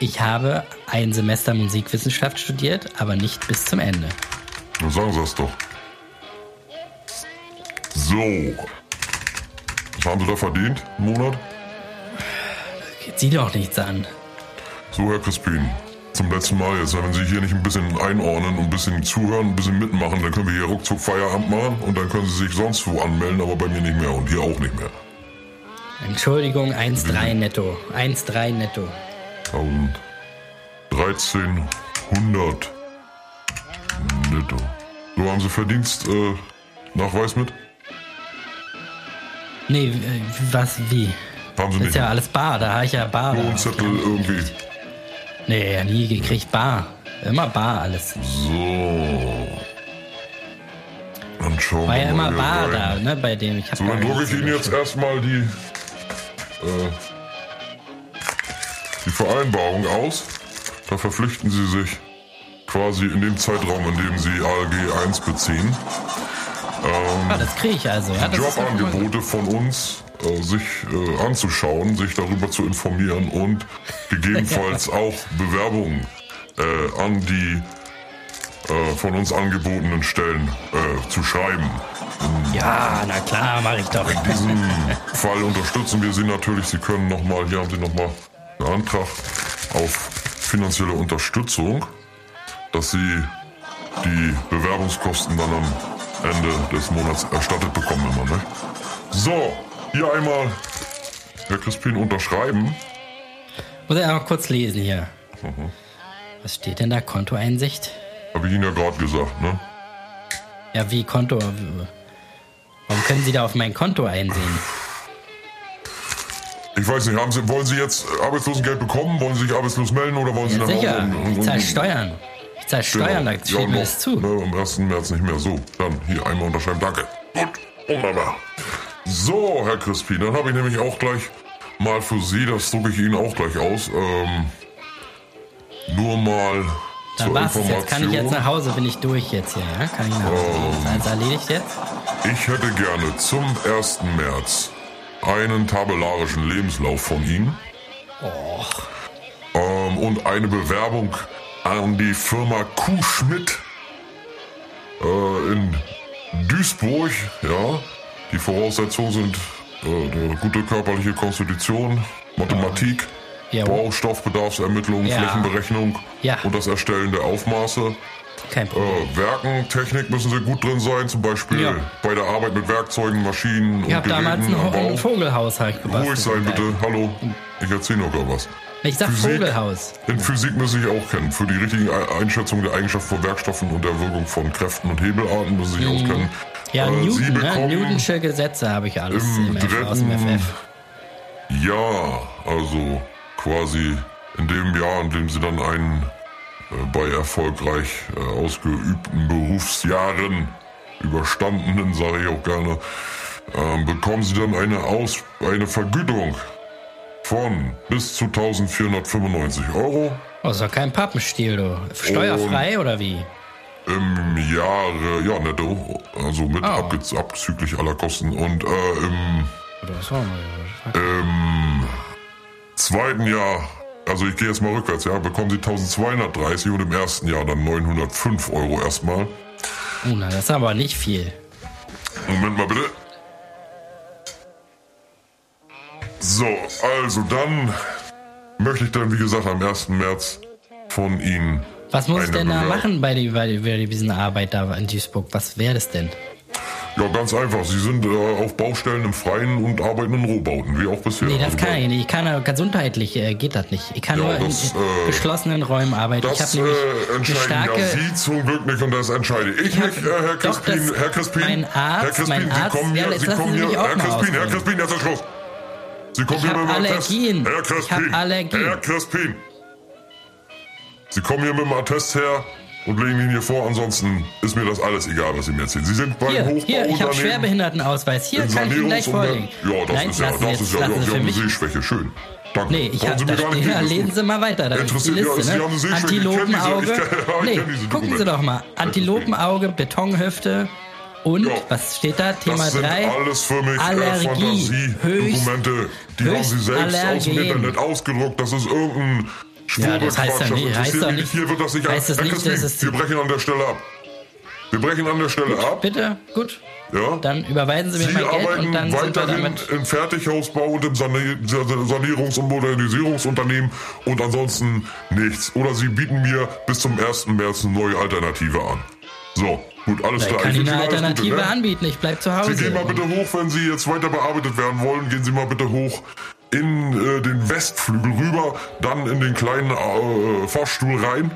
Speaker 2: Ich habe ein Semester Musikwissenschaft studiert, aber nicht bis zum Ende.
Speaker 3: Dann sagen Sie das doch. So. Was haben Sie da verdient im Monat?
Speaker 2: Geht Sie doch nichts an.
Speaker 3: So, Herr Crispin, zum letzten Mal jetzt, wenn Sie hier nicht ein bisschen einordnen und ein bisschen zuhören, ein bisschen mitmachen, dann können wir hier ruckzuck Feierabend machen und dann können Sie sich sonst wo anmelden, aber bei mir nicht mehr und hier auch nicht mehr.
Speaker 2: Entschuldigung, 1,3
Speaker 3: Mhm.
Speaker 2: netto. 1,3 netto.
Speaker 3: 1000, 1300 netto. So haben Sie Verdienst, äh, Nachweis mit?
Speaker 2: Nee, äh, was, wie?
Speaker 3: Haben Sie
Speaker 2: Ist
Speaker 3: nicht.
Speaker 2: ja alles bar, da habe ich ja bar.
Speaker 3: Nur ein
Speaker 2: Da.
Speaker 3: Zettel irgendwie.
Speaker 2: Nee, nie gekriegt, bar. Immer bar alles.
Speaker 3: So. Dann schauen
Speaker 2: War
Speaker 3: wir
Speaker 2: ja immer
Speaker 3: mal hier
Speaker 2: bar
Speaker 3: rein.
Speaker 2: da, ne, bei dem. Ich hab
Speaker 3: So,
Speaker 2: gar
Speaker 3: dann
Speaker 2: nicht
Speaker 3: drucke ich
Speaker 2: so
Speaker 3: Ihnen jetzt
Speaker 2: geschrieben.
Speaker 3: erstmal die, äh, die Vereinbarung aus. Da verpflichten Sie sich quasi in dem Zeitraum, in dem Sie ALG 1 beziehen,
Speaker 2: Ah, das kriege ich also. Ja, das ist doch immer gut.
Speaker 3: Jobangebote von uns äh, sich äh, anzuschauen, sich darüber zu informieren und gegebenenfalls auch Bewerbungen äh, an die äh, von uns angebotenen Stellen äh, zu schreiben.
Speaker 2: Ja, na klar, mache ich doch.
Speaker 3: diesem Fall unterstützen wir Sie natürlich. Sie können nochmal, hier haben Sie nochmal einen Antrag auf finanzielle Unterstützung, dass Sie die Bewerbungskosten dann am Ende des Monats erstattet bekommen immer, ne? So, hier einmal Herr Crispin unterschreiben.
Speaker 2: Muss ich auch noch kurz lesen hier. Was steht denn da? Kontoeinsicht?
Speaker 3: Habe ich Ihnen ja gerade gesagt, ne?
Speaker 2: Ja, wie Konto? Warum können Sie da auf mein Konto einsehen?
Speaker 3: Ich weiß nicht, haben Sie, wollen Sie jetzt Arbeitslosengeld bekommen? Wollen Sie sich arbeitslos melden oder wollen Sie
Speaker 2: Ja,
Speaker 3: nach Hause
Speaker 2: sicher,
Speaker 3: Genau, und- und-
Speaker 2: ich zahle
Speaker 3: und-
Speaker 2: Steuern. Ich zahle
Speaker 3: Genau.
Speaker 2: Steuern, da steht mir
Speaker 3: noch,
Speaker 2: das zu.
Speaker 3: Ne, am 1. März nicht mehr. So, dann hier einmal unterschreiben. Danke. Gut, wunderbar. So, Herr Crispin, dann habe ich nämlich auch gleich mal für Sie, das drucke ich Ihnen auch gleich aus, ähm, nur mal
Speaker 2: Dann
Speaker 3: zur
Speaker 2: war's es
Speaker 3: Information. Ähm,
Speaker 2: jetzt. Kann ich jetzt nach Hause? Bin ich durch jetzt hier, ja? Kann ich nach Hause? gehen? Ist alles erledigt jetzt?
Speaker 3: Ich hätte gerne zum 1. März einen tabellarischen Lebenslauf von Ihnen. Ähm, und eine Bewerbung an die Firma Kuhschmidt äh, in Duisburg. Ja, die Voraussetzungen sind äh, eine gute körperliche Konstitution, Mathematik,
Speaker 2: Ja.
Speaker 3: Baustoffbedarfsermittlung,
Speaker 2: Ja.
Speaker 3: Flächenberechnung
Speaker 2: Ja.
Speaker 3: und das Erstellen der Aufmaße.
Speaker 2: Kein Problem.
Speaker 3: Äh, Werken, Technik müssen sie gut drin sein, zum Beispiel
Speaker 2: Ja.
Speaker 3: bei der Arbeit mit Werkzeugen, Maschinen und
Speaker 2: Ich habe
Speaker 3: Äh, Geräten
Speaker 2: damals ein,
Speaker 3: am
Speaker 2: Ho- ein
Speaker 3: Bau.
Speaker 2: Vogelhaus halt gebastelt.
Speaker 3: Ruhig sein bitte, hallo. Ich erzähle noch gar was.
Speaker 2: Ich sag
Speaker 3: Physik.
Speaker 2: Vogelhaus.
Speaker 3: In Physik müssen Sie sich auch kennen. Für die richtige Ei- Einschätzung der Eigenschaften von Werkstoffen und der Wirkung von Kräften und Hebelarten müssen Sie sich auskennen.
Speaker 2: Mhm. Ja,
Speaker 3: Äh, Sie
Speaker 2: Newton, ne?
Speaker 3: bekommen
Speaker 2: Newtonsche Gesetze habe ich alles
Speaker 3: im
Speaker 2: im F aus dem
Speaker 3: dritten-
Speaker 2: FF.
Speaker 3: Ja, also quasi in dem Jahr, in dem sie dann einen äh, bei erfolgreich äh, ausgeübten Berufsjahren überstandenen, sage ich auch gerne, ähm, bekommen sie dann eine, Aus eine Vergütung von bis zu 1495 Euro
Speaker 2: Oh, ist doch kein Pappenstiel, du. Steuerfrei oder wie?
Speaker 3: im Jahre, ja netto, also mit
Speaker 2: Ah.
Speaker 3: abgez- abzüglich aller Kosten und äh, im
Speaker 2: Oder so.
Speaker 3: zweiten Jahr, also ich gehe jetzt mal rückwärts, ja, bekommen sie 1230 und im ersten Jahr dann 905 Euro erstmal.
Speaker 2: Oh, na, das ist aber nicht viel.
Speaker 3: Moment mal bitte. So, also dann möchte ich dann, wie gesagt, am 1. März von Ihnen
Speaker 2: Was muss ich
Speaker 3: Eine
Speaker 2: denn da
Speaker 3: Bemerkung.
Speaker 2: machen bei, die, bei, die, bei diesen Arbeit da in Duisburg? Was wäre das denn?
Speaker 3: Ja, ganz einfach. Sie sind äh, auf Baustellen im Freien und arbeiten in Rohbauten, wie auch bisher.
Speaker 2: Nee, das
Speaker 3: Also,
Speaker 2: kann ich nicht. Ich kann ja gesundheitlich äh, geht das nicht. Ich kann
Speaker 3: Ja,
Speaker 2: nur in
Speaker 3: das, äh,
Speaker 2: geschlossenen Räumen arbeiten. Ich
Speaker 3: Das
Speaker 2: habe nämlich
Speaker 3: äh,
Speaker 2: eine
Speaker 3: entscheiden
Speaker 2: starke.
Speaker 3: ja Sie zum Glück nicht und das entscheide ich,
Speaker 2: hab-
Speaker 3: nicht, äh, Herr
Speaker 2: Doch,
Speaker 3: Crispin.
Speaker 2: das-
Speaker 3: Herr Crispin,
Speaker 2: mein Arzt-
Speaker 3: Herr Crispin,
Speaker 2: mein Arzt-
Speaker 3: Sie kommen
Speaker 2: Ja,
Speaker 3: hier,
Speaker 2: jetzt
Speaker 3: Sie
Speaker 2: lassen
Speaker 3: kommen
Speaker 2: Sie
Speaker 3: hier,
Speaker 2: mich auch
Speaker 3: Herr
Speaker 2: mal
Speaker 3: Crispin, Herr
Speaker 2: ausreden.
Speaker 3: Crispin, jetzt ist Schluss. Sie kommen
Speaker 2: Ich
Speaker 3: hier
Speaker 2: hab
Speaker 3: mit dem
Speaker 2: Allergien.
Speaker 3: Attest. Herr
Speaker 2: Ich hab
Speaker 3: Crispin,
Speaker 2: Allergien.
Speaker 3: Herr Crispin. Sie kommen hier mit dem Attest her und legen ihn hier vor, ansonsten ist mir das alles egal, was Sie mir erzählen. Sie sind beim
Speaker 2: Hier,
Speaker 3: Hochbau
Speaker 2: hier, ich habe Schwerbehindertenausweis. Hier
Speaker 3: in
Speaker 2: kann ich Ihnen gleich vorlegen.
Speaker 3: Sanierungsunternehmen. Ja, das
Speaker 2: Nein,
Speaker 3: ist ja,
Speaker 2: lassen Sie
Speaker 3: das
Speaker 2: jetzt-
Speaker 3: ist ja, ja,
Speaker 2: lassen Sie
Speaker 3: Sie
Speaker 2: für
Speaker 3: haben eine
Speaker 2: mich.
Speaker 3: Sehschwäche, schön. Danke.
Speaker 2: Nee, ich
Speaker 3: Brauchen
Speaker 2: hab,
Speaker 3: Sie mir
Speaker 2: da
Speaker 3: gar nicht
Speaker 2: steht, ja,
Speaker 3: lesen, ist
Speaker 2: lesen
Speaker 3: gut.
Speaker 2: Sie mal weiter. Da ist die
Speaker 3: Interessiert- ja,
Speaker 2: Liste,
Speaker 3: Sie
Speaker 2: ne?
Speaker 3: haben eine Sehschwäche, ich kenn diese-
Speaker 2: Antilopenauge.
Speaker 3: ich kenn- ja, ich
Speaker 2: nee,
Speaker 3: kenn diese
Speaker 2: gucken Sie
Speaker 3: Dokumente.
Speaker 2: doch mal. Antilopenauge, Betonhüfte und,
Speaker 3: Ja.
Speaker 2: was steht da? Thema
Speaker 3: das sind
Speaker 2: 3.
Speaker 3: alles für mich
Speaker 2: Allergie.
Speaker 3: äh, Fantasie-Dokumente. Die haben sie selbst aus dem
Speaker 2: Höchstallergen.
Speaker 3: Internet ausgedruckt. Das ist irgendein
Speaker 2: Ja, das heißt
Speaker 3: Schwurbelquatsch.
Speaker 2: doch nicht- heißt
Speaker 3: interessiert
Speaker 2: doch
Speaker 3: mich
Speaker 2: nicht-
Speaker 3: Hier wird das nicht
Speaker 2: heißt das
Speaker 3: Herr
Speaker 2: nicht,
Speaker 3: Crispin,
Speaker 2: dass es die-
Speaker 3: wir brechen an der Stelle ab. Wir brechen an der Stelle ab.
Speaker 2: Bitte, gut.
Speaker 3: Ja?
Speaker 2: Dann überweisen Sie mir
Speaker 3: Sie
Speaker 2: mein Geld
Speaker 3: arbeiten
Speaker 2: und dann sind wir
Speaker 3: weiterhin
Speaker 2: damit.
Speaker 3: im Fertighausbau und im Sani- Sanierungs- und Modernisierungsunternehmen und ansonsten nichts. Oder Sie bieten mir bis zum 1. März eine neue Alternative an. So, gut, alles
Speaker 2: Ich
Speaker 3: klar.
Speaker 2: kann
Speaker 3: Ich
Speaker 2: Ihnen
Speaker 3: wünsche
Speaker 2: eine
Speaker 3: alles Gute,
Speaker 2: Alternative
Speaker 3: ne?
Speaker 2: anbieten. Ich bleib zu Hause.
Speaker 3: Sie gehen mal bitte hoch, wenn Sie jetzt weiter bearbeitet werden wollen, gehen Sie mal bitte hoch in äh, den Westflügel rüber, dann in den kleinen äh, Fahrstuhl rein,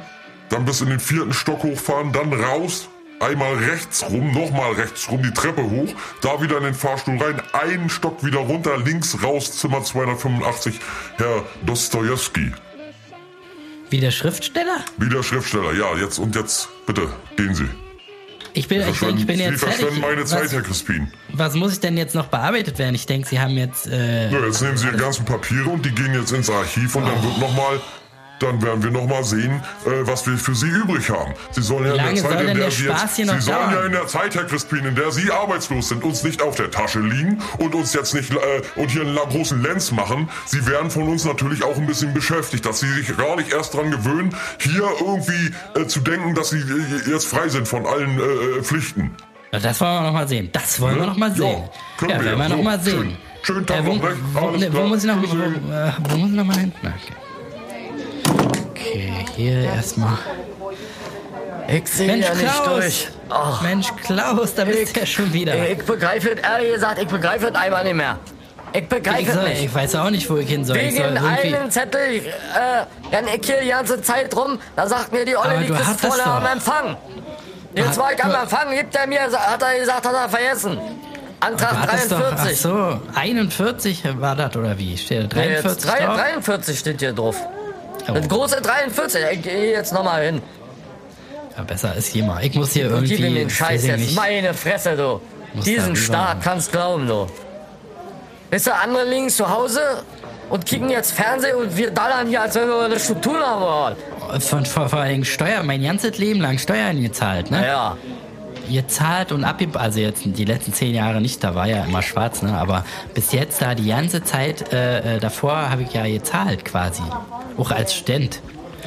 Speaker 3: dann bis in den vierten Stock hochfahren, dann raus, einmal rechts rum, nochmal rechts rum die Treppe hoch, da wieder in den Fahrstuhl rein, einen Stock wieder runter, links raus, Zimmer 285, Herr Dostojewski.
Speaker 2: Wie der Schriftsteller?
Speaker 3: Wieder Schriftsteller, ja, jetzt und jetzt, bitte, gehen Sie.
Speaker 2: Ich bin, ich, denk, ich bin
Speaker 3: Sie
Speaker 2: jetzt fertig.
Speaker 3: verschwenden meine Zeit,
Speaker 2: was,
Speaker 3: Herr Crispin.
Speaker 2: was muss ich denn jetzt noch bearbeitet werden? Ich denke, Sie haben jetzt. Äh,
Speaker 3: Ja, jetzt nehmen Sie Ihre ganzen Papiere und die gehen jetzt ins Archiv und dann wird noch mal, dann werden wir noch mal sehen, äh, was wir für Sie übrig haben. Sie sollen ja
Speaker 2: Wie
Speaker 3: in
Speaker 2: lange
Speaker 3: der
Speaker 2: soll
Speaker 3: Zeit, in
Speaker 2: denn
Speaker 3: der
Speaker 2: der
Speaker 3: Sie
Speaker 2: Spaß
Speaker 3: jetzt,
Speaker 2: hier noch
Speaker 3: Sie sollen ja
Speaker 2: dauern?
Speaker 3: in der Zeit, Herr Crispin, in der Sie arbeitslos sind, uns nicht auf der Tasche liegen und uns jetzt nicht äh, und hier einen la- großen Lenz machen. Sie werden von uns natürlich auch ein bisschen beschäftigt, dass Sie sich gar nicht erst dran gewöhnen, hier irgendwie äh, zu denken, dass Sie äh, jetzt frei sind von allen äh, Pflichten.
Speaker 2: das wollen wir noch mal sehen. Das wollen wir noch mal
Speaker 3: Ja,
Speaker 2: sehen.
Speaker 3: können
Speaker 2: Ja,
Speaker 3: wir
Speaker 2: werden wir
Speaker 3: ja.
Speaker 2: noch mal
Speaker 3: So, schön.
Speaker 2: sehen.
Speaker 3: Schönen Tag
Speaker 2: äh, wo,
Speaker 3: noch, ne?
Speaker 2: wo,
Speaker 3: Alles
Speaker 2: ne, wo
Speaker 3: klar.
Speaker 2: muss ich noch, wo,
Speaker 3: Tschüss.
Speaker 2: äh, wo muss ich noch mal hin? Na, okay. okay, hier erstmal.
Speaker 1: Ich sehe
Speaker 2: Mensch,
Speaker 1: ja nicht
Speaker 2: Klaus!
Speaker 1: durch. Ach,
Speaker 2: Mensch, Klaus, da bist
Speaker 1: Ich-
Speaker 2: du ja schon wieder.
Speaker 1: ich begreife es, ehrlich gesagt, ich begreife es einmal nicht mehr. Ich
Speaker 2: Ich,
Speaker 1: begreife es
Speaker 2: soll,
Speaker 1: nicht.
Speaker 2: ich weiß auch nicht, wo ich hin soll. Ich soll
Speaker 1: Wegen
Speaker 2: irgendwie,
Speaker 1: einem Zettel äh, renn ich hier die ganze Zeit rum. Da sagt mir die
Speaker 2: Aber
Speaker 1: Olle,
Speaker 2: du
Speaker 1: die ist
Speaker 2: hattest
Speaker 1: vorne
Speaker 2: doch.
Speaker 1: am Empfang. Jetzt
Speaker 2: Ah,
Speaker 1: war ich am
Speaker 2: du-
Speaker 1: Empfang, gibt er mir, hat er gesagt, hat er vergessen.
Speaker 2: du
Speaker 1: Antrag
Speaker 2: hattest doch, ach
Speaker 1: 43.
Speaker 2: so, 41 war das oder wie? Steht da
Speaker 1: Nee, jetzt
Speaker 2: 43
Speaker 1: drei-
Speaker 2: drauf?
Speaker 1: 43 steht hier drauf.
Speaker 2: Oh.
Speaker 1: Mit große 43. Ich gehe jetzt nochmal hin.
Speaker 2: Oh, Ja, besser ist jemand. Ich muss hier
Speaker 1: Und
Speaker 2: irgendwie.
Speaker 1: gib ihm den Scheiß
Speaker 2: weiß ich
Speaker 1: jetzt.
Speaker 2: nicht.
Speaker 1: Meine Fresse, du.
Speaker 2: Muss da
Speaker 1: Diesen
Speaker 2: rüber.
Speaker 1: Staat kannst glauben, du. Wisst ihr, andere liegen zu Hause und kicken jetzt Fernsehen und wir dallern hier, als wenn wir nichts zu tun haben wollen.
Speaker 2: Von vor, vor allem Steuer, mein ganzes Leben lang Steuern gezahlt, ne?
Speaker 1: Ja.
Speaker 2: Gezahlt und abgeb, also jetzt die letzten zehn Jahre nicht, da war ja immer schwarz, ne? Aber bis jetzt da die ganze Zeit äh, äh, davor habe ich ja gezahlt quasi. Auch als Student.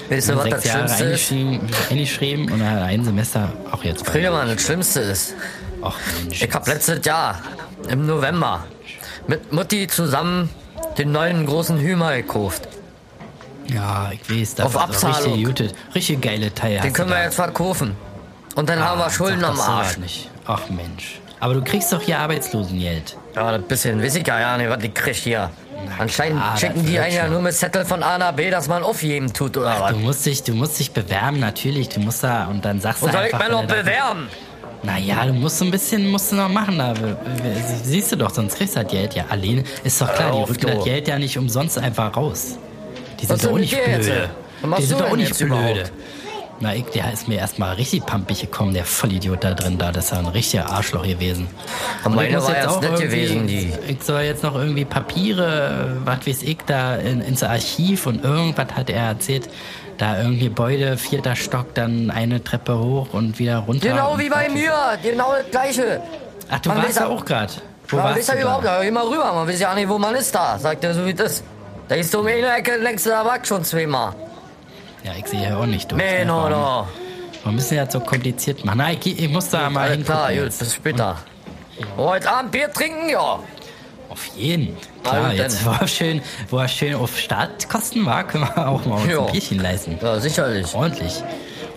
Speaker 1: Weißt du, was
Speaker 2: sechs
Speaker 1: das
Speaker 2: Jahre
Speaker 1: Schlimmste ist?
Speaker 2: eingeschrieben, eingeschrieben und dann ein Semester auch jetzt.
Speaker 1: Friedemann, das Schlimmste ist,
Speaker 2: Och, Mensch.
Speaker 1: ich hab letztes Jahr im November mit Mutti zusammen den neuen großen Hümer gekauft.
Speaker 2: Ja, ich weiß, das
Speaker 1: Auf
Speaker 2: ist auch
Speaker 1: Abzahlung.
Speaker 2: richtig gute, richtig geile Teil.
Speaker 1: Den können wir jetzt verkaufen. Und dann
Speaker 2: Ah,
Speaker 1: haben wir Schulden am Arsch.
Speaker 2: Nicht. Ach Mensch. Aber du kriegst doch hier Arbeitslosengeld.
Speaker 1: Ja, das bisschen weiß ich ja gar nicht, was ich krieg hier. Anscheinend
Speaker 2: klar, das
Speaker 1: checken die
Speaker 2: wird
Speaker 1: einen ja
Speaker 2: schon.
Speaker 1: nur mit Zettel von A nach B, dass man aufgeben tut oder was.
Speaker 2: Du musst dich, du musst dich bewerben, natürlich. Du musst da und dann sagst
Speaker 1: Und
Speaker 2: du
Speaker 1: soll ich
Speaker 2: einfach.
Speaker 1: mir noch
Speaker 2: wenn du da-
Speaker 1: bewerben?
Speaker 2: Naja, du musst so ein bisschen, musst du noch machen da. Wir- wir- sie- Siehst du doch, sonst kriegst du das Geld ja alleine. Ist doch klar,
Speaker 1: Hör
Speaker 2: die
Speaker 1: auf,
Speaker 2: rücken das
Speaker 1: du.
Speaker 2: Geld ja nicht umsonst einfach raus.
Speaker 1: Was
Speaker 2: Die sind doch
Speaker 1: ist
Speaker 2: auch
Speaker 1: mit
Speaker 2: nicht
Speaker 1: dir jetzt,
Speaker 2: blöde.
Speaker 1: ey? Was machst
Speaker 2: die sind
Speaker 1: du
Speaker 2: doch auch
Speaker 1: denn
Speaker 2: nicht
Speaker 1: jetzt
Speaker 2: blöde.
Speaker 1: überhaupt?
Speaker 2: Na, ich, der ist mir erstmal richtig pampig gekommen, der Vollidiot da drin da. Das ist ja ein richtiger Arschloch gewesen. Und
Speaker 1: meine
Speaker 2: ich muss
Speaker 1: war
Speaker 2: jetzt
Speaker 1: erst
Speaker 2: auch
Speaker 1: nett
Speaker 2: irgendwie-
Speaker 1: gewesen, die-
Speaker 2: Ich soll jetzt noch irgendwie Papiere, äh, was weiß ich, da in, ins Archiv und irgendwas hat er erzählt. Da irgendwie Gebäude, vierter Stock, dann eine Treppe hoch und wieder runter.
Speaker 1: Genau
Speaker 2: und
Speaker 1: wie bei
Speaker 2: was weiß
Speaker 1: mir, genau das gleiche.
Speaker 2: Ach, du
Speaker 1: Man
Speaker 2: warst
Speaker 1: weiß ja-
Speaker 2: da auch gerade. Wo
Speaker 1: Man
Speaker 2: warst
Speaker 1: weiß
Speaker 2: du
Speaker 1: ja
Speaker 2: da?
Speaker 1: überhaupt nicht, immer rüber, man weiß ja nicht, wo man ist da, sagt er so wie das. Da ist um eine Ecke längst der Wack schon zweimal.
Speaker 2: Ja, ich sehe ja auch nicht durch.
Speaker 1: Nee,
Speaker 2: ne?
Speaker 1: no,
Speaker 2: Warum-
Speaker 1: no.
Speaker 2: Warum müssen ja so kompliziert machen? Nein, ich, geh- ich muss da mal
Speaker 1: Alles
Speaker 2: hin.
Speaker 1: klar, gut, bis später. Heute Abend Bier trinken, ja.
Speaker 2: Auf jeden.
Speaker 1: Na
Speaker 2: Klar,
Speaker 1: gut, dann.
Speaker 2: jetzt war schön, wo er schön auf Startkosten war, können wir auch mal uns
Speaker 1: Ja.
Speaker 2: ein Bierchen leisten.
Speaker 1: Ja, sicherlich.
Speaker 2: Ordentlich.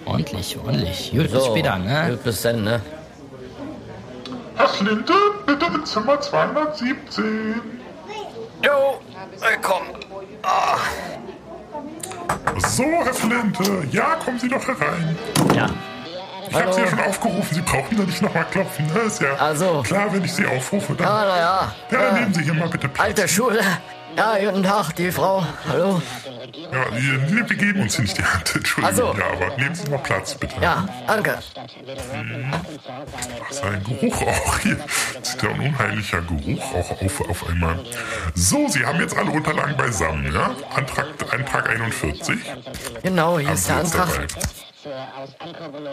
Speaker 2: Ordentlich, ordentlich. Gut, bis später, ne?
Speaker 1: Gut, bis dann, ne?
Speaker 6: Herr Schlinte, bitte in Zimmer 217.
Speaker 1: Jo,
Speaker 3: äh,
Speaker 1: willkommen.
Speaker 3: So, Herr Flinte, ja, kommen Sie doch herein.
Speaker 2: Ja.
Speaker 3: Ich habe Sie ja schon aufgerufen, Sie brauchen da nicht nochmal klopfen. Das ist ja
Speaker 1: Ach so.
Speaker 3: klar, wenn ich Sie aufrufe. Dann,
Speaker 1: Ah,
Speaker 3: ja,
Speaker 1: na ja.
Speaker 3: dann nehmen Sie hier mal bitte Platz.
Speaker 1: Alte Schule. Ja, guten Tag, die Frau. Hallo.
Speaker 3: Ja, wir, wir geben uns hier nicht die Hand, Entschuldigung.
Speaker 1: Ach
Speaker 2: Also-
Speaker 1: so.
Speaker 3: Ja, aber nehmen Sie mal Platz, bitte.
Speaker 1: Ja, danke.
Speaker 3: Ach, sein Geruch auch hier. Das ist ja ein unheimlicher Geruch auch auf, auf einmal. So, Sie haben jetzt alle Unterlagen beisammen, ja? Antrag, Antrag 41.
Speaker 1: Genau, hier ist der
Speaker 3: Haben Sie jetzt
Speaker 1: Antrag.
Speaker 3: dabei.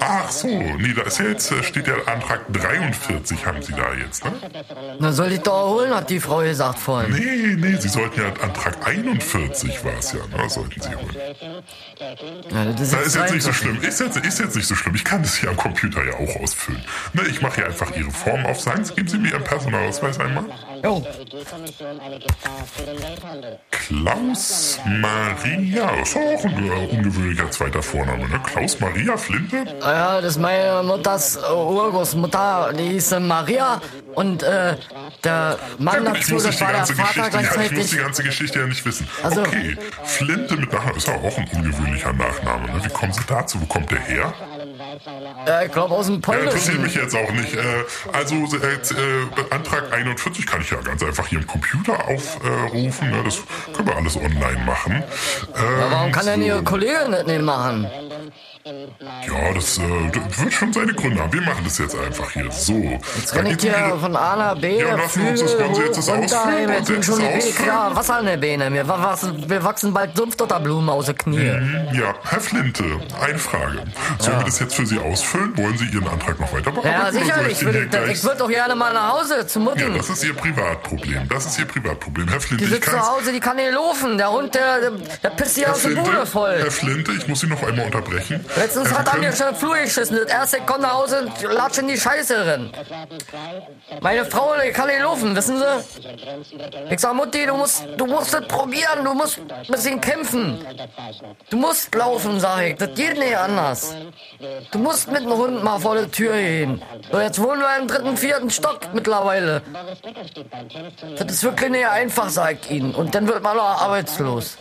Speaker 3: Ach so, nee, da ist ja jetzt, äh, steht ja Antrag 43 haben Sie da jetzt, ne?
Speaker 1: Na, soll ich da holen, hat die Frau gesagt vorhin.
Speaker 3: Nee, nee, Sie sollten ja Antrag 41 war es ja, ne? Sollten Sie holen.
Speaker 1: Ja, das
Speaker 3: Na, ist jetzt nicht so
Speaker 1: 42.
Speaker 3: schlimm. Ist jetzt, ist jetzt nicht so schlimm. Ich kann das hier am Computer ja auch ausfüllen. Ne, ich mache hier einfach Ihre Form auf. Sagen Sie, geben Sie mir Ihren Personalausweis einmal.
Speaker 1: Jo,
Speaker 3: Klaus Maria. Ist auch ein äh, ungewöhnlicher zweiter Vorname, ne? Klaus Maria Flinte?
Speaker 1: Ah ja, das ist meine Mutters äh, Urgroßmutter, die hieß äh, Maria. Und äh, der Mann
Speaker 3: gut, ich
Speaker 1: dazu,
Speaker 3: muss
Speaker 1: das
Speaker 3: nicht die
Speaker 1: war der
Speaker 3: ganze
Speaker 1: Vater
Speaker 3: Geschichte, ja, ich muss die
Speaker 1: gleichzeitig. Also-
Speaker 3: ganze Geschichte ja nicht wissen.
Speaker 1: Ach so.
Speaker 3: Okay, Flinte mit Nachnamen ist ja auch ein ungewöhnlicher Nachname, ne? Wie kommen Sie dazu? Wo kommt der her?
Speaker 1: Äh, ich glaube aus dem
Speaker 3: Ja, interessiert
Speaker 1: Polnischen.
Speaker 3: mich jetzt auch nicht. Äh, also äh, jetzt, äh, Antrag 41 kann ich ja ganz einfach hier im Computer aufrufen. ne? Das können wir alles online machen. Ähm,
Speaker 1: Warum kann denn
Speaker 3: so.
Speaker 1: Ihre Kollegin das nicht machen?
Speaker 3: Ja, das äh, das wird schon seine Gründe haben. Wir machen das jetzt einfach hier. So.
Speaker 1: Jetzt
Speaker 3: Dann
Speaker 1: renn ich
Speaker 3: geht's um
Speaker 1: hier
Speaker 3: Ihre-
Speaker 1: von A nach B,
Speaker 3: Ja, lassen wir uns das
Speaker 1: Flügel
Speaker 3: Ganze jetzt das
Speaker 1: hoch,
Speaker 3: ausfüllen,
Speaker 1: runter, jetzt
Speaker 3: jetzt
Speaker 1: sind
Speaker 3: das
Speaker 1: schon die Beine,
Speaker 3: ausfüllen.
Speaker 1: klar, Wasser in der Beine. Mir wa- was- Wir wachsen bald Sumpfdotterblumen aus den Knie.
Speaker 3: Ja, Herr Flinte, eine Frage. Sollen wir das jetzt für Sie ausfüllen? Wollen Sie Ihren Antrag noch weiter bearbeiten?
Speaker 1: Ja,
Speaker 3: oder soll
Speaker 1: sicherlich.
Speaker 3: den
Speaker 1: Ich würde
Speaker 3: hier gleich-
Speaker 1: ich würd doch gerne mal nach Hause zu
Speaker 3: ja,
Speaker 1: Mutten.
Speaker 3: das ist Ihr Privatproblem. Das ist Ihr Privatproblem. Herr Flinte,
Speaker 1: Die
Speaker 3: ich
Speaker 1: sitzt zu
Speaker 3: kann's-
Speaker 1: Hause, die kann nicht laufen. Der Hund, der, der, der pisst sich
Speaker 3: Herr
Speaker 1: aus der Bude
Speaker 3: Flinte,
Speaker 1: voll.
Speaker 3: Herr Flinte, ich muss Sie noch einmal unterbrechen.
Speaker 1: Letztens
Speaker 3: Äh,
Speaker 1: hat
Speaker 3: wir
Speaker 1: er
Speaker 3: können-
Speaker 1: mir schon den Flur geschissen. Das erste, ich komm nach Hause und latsch in die Scheiße rein. Meine Frau die kann nicht laufen, wissen Sie? Ich sag, Mutti, du musst, du musst das probieren. Du musst ein bisschen kämpfen. Du musst laufen, sag ich. Das geht nicht anders. Du musst mit dem Hund mal vor die Tür gehen. So, jetzt wohnen wir im dritten, vierten Stock mittlerweile. Das ist wirklich nicht einfach, sag ich Ihnen. Und dann wird man noch arbeitslos.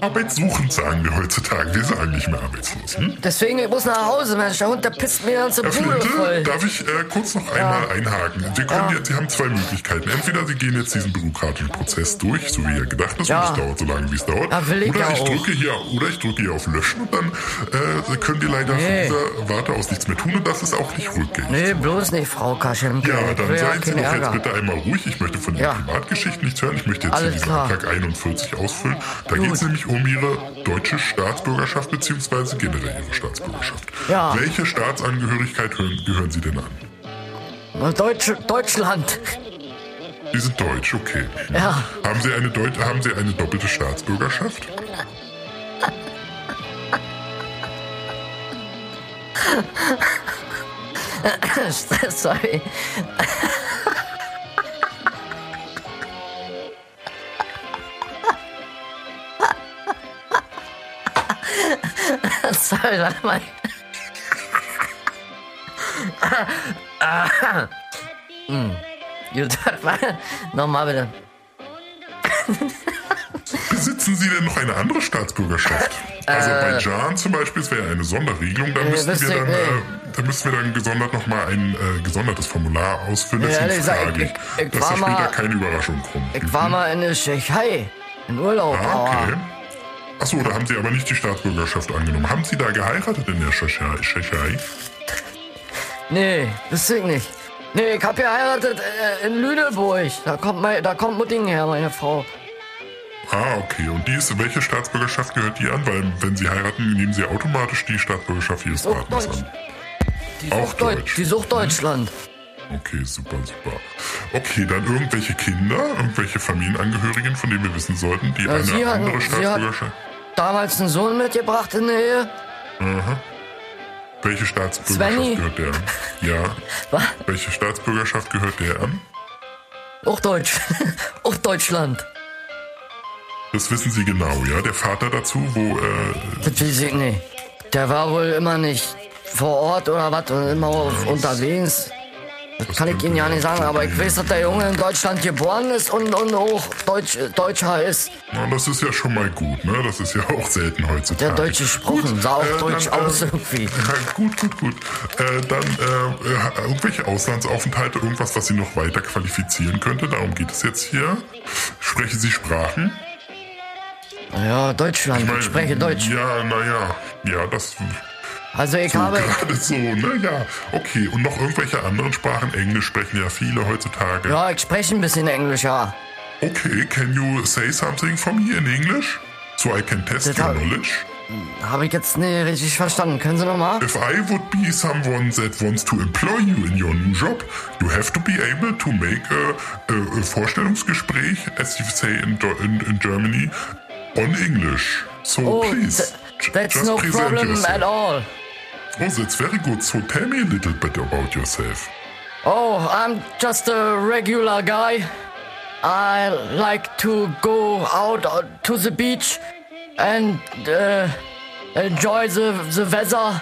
Speaker 3: Arbeitssuchend sagen wir heutzutage. Wir sagen nicht mehr arbeitslos. Hm?
Speaker 1: Deswegen, ich muss nach Hause, Mensch. Der Hund, der pisst mir die ganze
Speaker 3: Herr
Speaker 1: Bude voll.
Speaker 3: Flinte, darf ich äh, kurz noch einmal einhaken? Wir können jetzt, Sie haben zwei Möglichkeiten. Entweder Sie gehen jetzt diesen bürokratischen Prozess durch, so wie er gedacht ist,
Speaker 1: Ja.
Speaker 3: und es dauert so lange, wie es dauert.
Speaker 1: Ja, will ich
Speaker 3: oder,
Speaker 1: ja
Speaker 3: ich
Speaker 1: auch.
Speaker 3: drücke hier, oder ich drücke hier auf Löschen und dann äh, können wir leider
Speaker 1: Nee.
Speaker 3: von dieser Warte aus nichts mehr tun und das ist auch nicht rückgängig.
Speaker 1: Nee, bloß nicht, Frau Kaschenke.
Speaker 3: Ja,
Speaker 1: Ich
Speaker 3: dann
Speaker 1: will
Speaker 3: seien Sie
Speaker 1: keinen
Speaker 3: doch jetzt
Speaker 1: Ärger.
Speaker 3: bitte einmal ruhig. Ich möchte von Ihren
Speaker 1: Ja.
Speaker 3: Privatgeschichten nichts hören. Ich möchte jetzt hier
Speaker 1: Alles
Speaker 3: diesen
Speaker 1: klar.
Speaker 3: Antrag 41 ausfüllen. Da geht es nämlich um Ihre deutsche Staatsbürgerschaft beziehungsweise generell Ihre Staatsbürgerschaft.
Speaker 1: Ja.
Speaker 3: Welche Staatsangehörigkeit hören, gehören Sie denn an?
Speaker 1: Deutsch, Deutschland.
Speaker 3: Sie sind deutsch, okay.
Speaker 1: Ja.
Speaker 3: Haben Sie eine, Deut haben Sie eine doppelte Staatsbürgerschaft?
Speaker 1: Sorry. Sorry, sag mal. Hm, Gut, nochmal bitte.
Speaker 3: Besitzen Sie denn noch eine andere Staatsbürgerschaft?
Speaker 1: Äh.
Speaker 3: Also Aserbaidschan zum Beispiel, das wäre eine Sonderregelung. Da müssten
Speaker 1: wüsste
Speaker 3: wir
Speaker 1: ich
Speaker 3: dann, äh,
Speaker 1: nicht.
Speaker 3: da müssten wir dann gesondert nochmal ein äh, gesondertes Formular ausfüllen.
Speaker 1: Nee,
Speaker 3: Deswegen
Speaker 1: ehrlich gesagt,
Speaker 3: frage ich,
Speaker 1: ich- ich
Speaker 3: dass da
Speaker 1: war
Speaker 3: später
Speaker 1: mal-
Speaker 3: keine Überraschung kommt.
Speaker 1: Ich war mal in der Tschechei. In Urlaub.
Speaker 3: Ah, okay. Achso, da haben Sie aber nicht die Staatsbürgerschaft angenommen. Haben Sie da geheiratet in der Tschechei? Tschechei?
Speaker 1: Nee, wüsste ich nicht. Nee, ich hab geheiratet äh, in Lüneburg. Da kommt, mein, da kommt Mutting her, meine Frau.
Speaker 3: Ah, okay. Und die ist, welche Staatsbürgerschaft gehört die an? Weil, wenn Sie heiraten, nehmen Sie automatisch die Staatsbürgerschaft Ihres
Speaker 1: Auch
Speaker 3: Partners
Speaker 1: Oh, deutsch.
Speaker 3: an. Auch
Speaker 1: Sucht Deut- Die sucht Deutschland.
Speaker 3: Okay, super, super. Okay, dann irgendwelche Kinder, irgendwelche Familienangehörigen, von denen wir wissen sollten, die eine
Speaker 1: Äh, sie hat-
Speaker 3: andere
Speaker 1: sie hat-
Speaker 3: Staatsbürgerschaft.
Speaker 1: Damals einen Sohn mitgebracht in der Ehe.
Speaker 3: Welche Staatsbürgerschaft
Speaker 1: Svenny.
Speaker 3: gehört der an? Ja. Welche Staatsbürgerschaft gehört der an?
Speaker 1: Auch Deutsch. Auch Deutschland.
Speaker 3: Das wissen Sie genau, ja? Der Vater dazu, wo, äh,
Speaker 1: Das weiß ich nicht. Der war wohl immer nicht vor Ort oder was, und immer auf, unterwegs. Das kann ich Ihnen ja nicht sagen, aber ich weiß, dass der Junge in Deutschland geboren ist und, und auch Deutsch, äh, Deutscher ist.
Speaker 3: Na, das ist ja schon mal gut, ne? Das ist ja auch selten
Speaker 1: Der
Speaker 3: heutzutage.
Speaker 1: Deutsche gesprochen, sah auch
Speaker 3: äh,
Speaker 1: deutsch
Speaker 3: dann, äh,
Speaker 1: aus irgendwie.
Speaker 3: Ja, gut, gut, gut. Äh, dann äh, äh, irgendwelche Auslandsaufenthalte, irgendwas, was Sie noch weiter qualifizieren könnte. Darum geht es jetzt hier. Sprechen Sie Sprachen?
Speaker 1: Ja, Deutschland, ich spreche Deutsch.
Speaker 3: Ja, naja. Ja, das
Speaker 1: Also ich
Speaker 3: so,
Speaker 1: habe,
Speaker 3: gerade so. Naja, okay. Und noch irgendwelche anderen Sprachen? Englisch sprechen ja viele heutzutage.
Speaker 1: ja, ich spreche ein bisschen Englisch, ja.
Speaker 3: Okay, can you say something for me in English? So I can test
Speaker 1: Das
Speaker 3: your
Speaker 1: hab-
Speaker 3: knowledge?
Speaker 1: Habe ich jetzt nicht richtig verstanden. Können Sie nochmal?
Speaker 3: If I would be someone that wants to employ you in your new job, you have to be able to make a, a, a Vorstellungsgespräch, as you say in, Do- in, in Germany, on English. So please, j-
Speaker 1: Oh, that's
Speaker 3: just
Speaker 1: no
Speaker 3: present
Speaker 1: problem
Speaker 3: yourself.
Speaker 1: at all.
Speaker 3: Oh, that's very good. So tell me a little bit about yourself.
Speaker 1: Oh, I'm just a regular guy. I like to go out on- to the beach and uh, enjoy the, the weather.
Speaker 3: Yeah,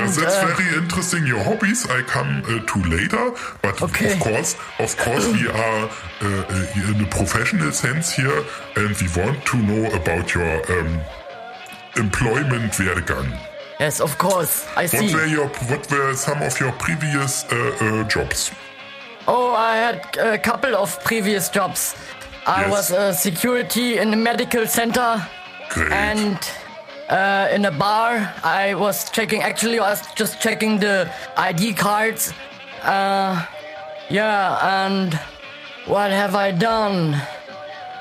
Speaker 1: And
Speaker 3: that's
Speaker 1: uh,
Speaker 3: very interesting. Your hobbies I come uh, to later, but
Speaker 1: Okay.
Speaker 3: of course, of course, we are uh, uh, in a professional sense here, and we want to know about your um, employment werdegang.
Speaker 1: yes, of course, I
Speaker 3: What
Speaker 1: see.
Speaker 3: were your what were some of your previous uh, uh, jobs?
Speaker 1: Oh, I had a couple of previous jobs. I
Speaker 3: Yes.
Speaker 1: was a security in a medical center
Speaker 3: Great.
Speaker 1: and uh, in a bar. I was checking. Actually, I was just checking the ID cards. Uh, yeah, and what have I done?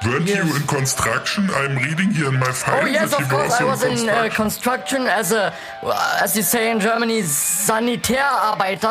Speaker 3: Weren't you
Speaker 1: yes.
Speaker 3: in construction? I'm reading here in my file
Speaker 1: Oh yes,
Speaker 3: that
Speaker 1: of
Speaker 3: you were
Speaker 1: course. I
Speaker 3: also
Speaker 1: was in uh,
Speaker 3: construction.
Speaker 1: construction as a, uh, as you say in Germany, Sanitärarbeiter.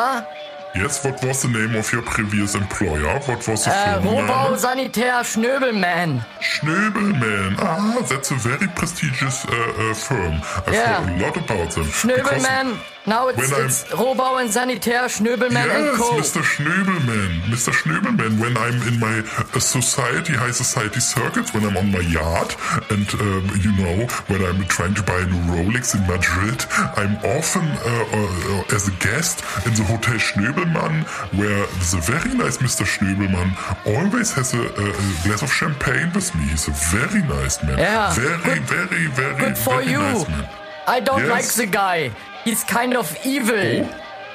Speaker 3: Mm-hmm. yes, what was the name of your previous employer? What was the
Speaker 1: Uh,
Speaker 3: firm
Speaker 1: Rohbau
Speaker 3: name?
Speaker 1: Sanitär Schnöbelmann.
Speaker 3: Schnöbelman. Ah, that's a very prestigious uh, uh, firm. I've
Speaker 1: Yeah.
Speaker 3: heard a lot about them.
Speaker 1: Schnöbelmann. Now it's,
Speaker 3: when I'm-
Speaker 1: it's Rohbau and Sanitär, Schnöbelmann and
Speaker 3: Because,
Speaker 1: Co.
Speaker 3: yes, Mr. Schnöbelman. Mr. Schnöbelman, when I'm in my uh, society, high society circuits, when I'm on my yard, and um, you know, when I'm trying to buy a new Rolex in Madrid, I'm often uh, uh, as a guest in the Hotel Schnöbelmann, where the very nice Mr. Schnöbelmann always has a, a, a glass of champagne with me. He's a very nice man.
Speaker 1: Yeah,
Speaker 3: Very,
Speaker 1: good-
Speaker 3: very, very,
Speaker 1: Good for
Speaker 3: very
Speaker 1: you.
Speaker 3: nice man.
Speaker 1: I don't
Speaker 3: Yes.
Speaker 1: like the guy. He's kind of evil.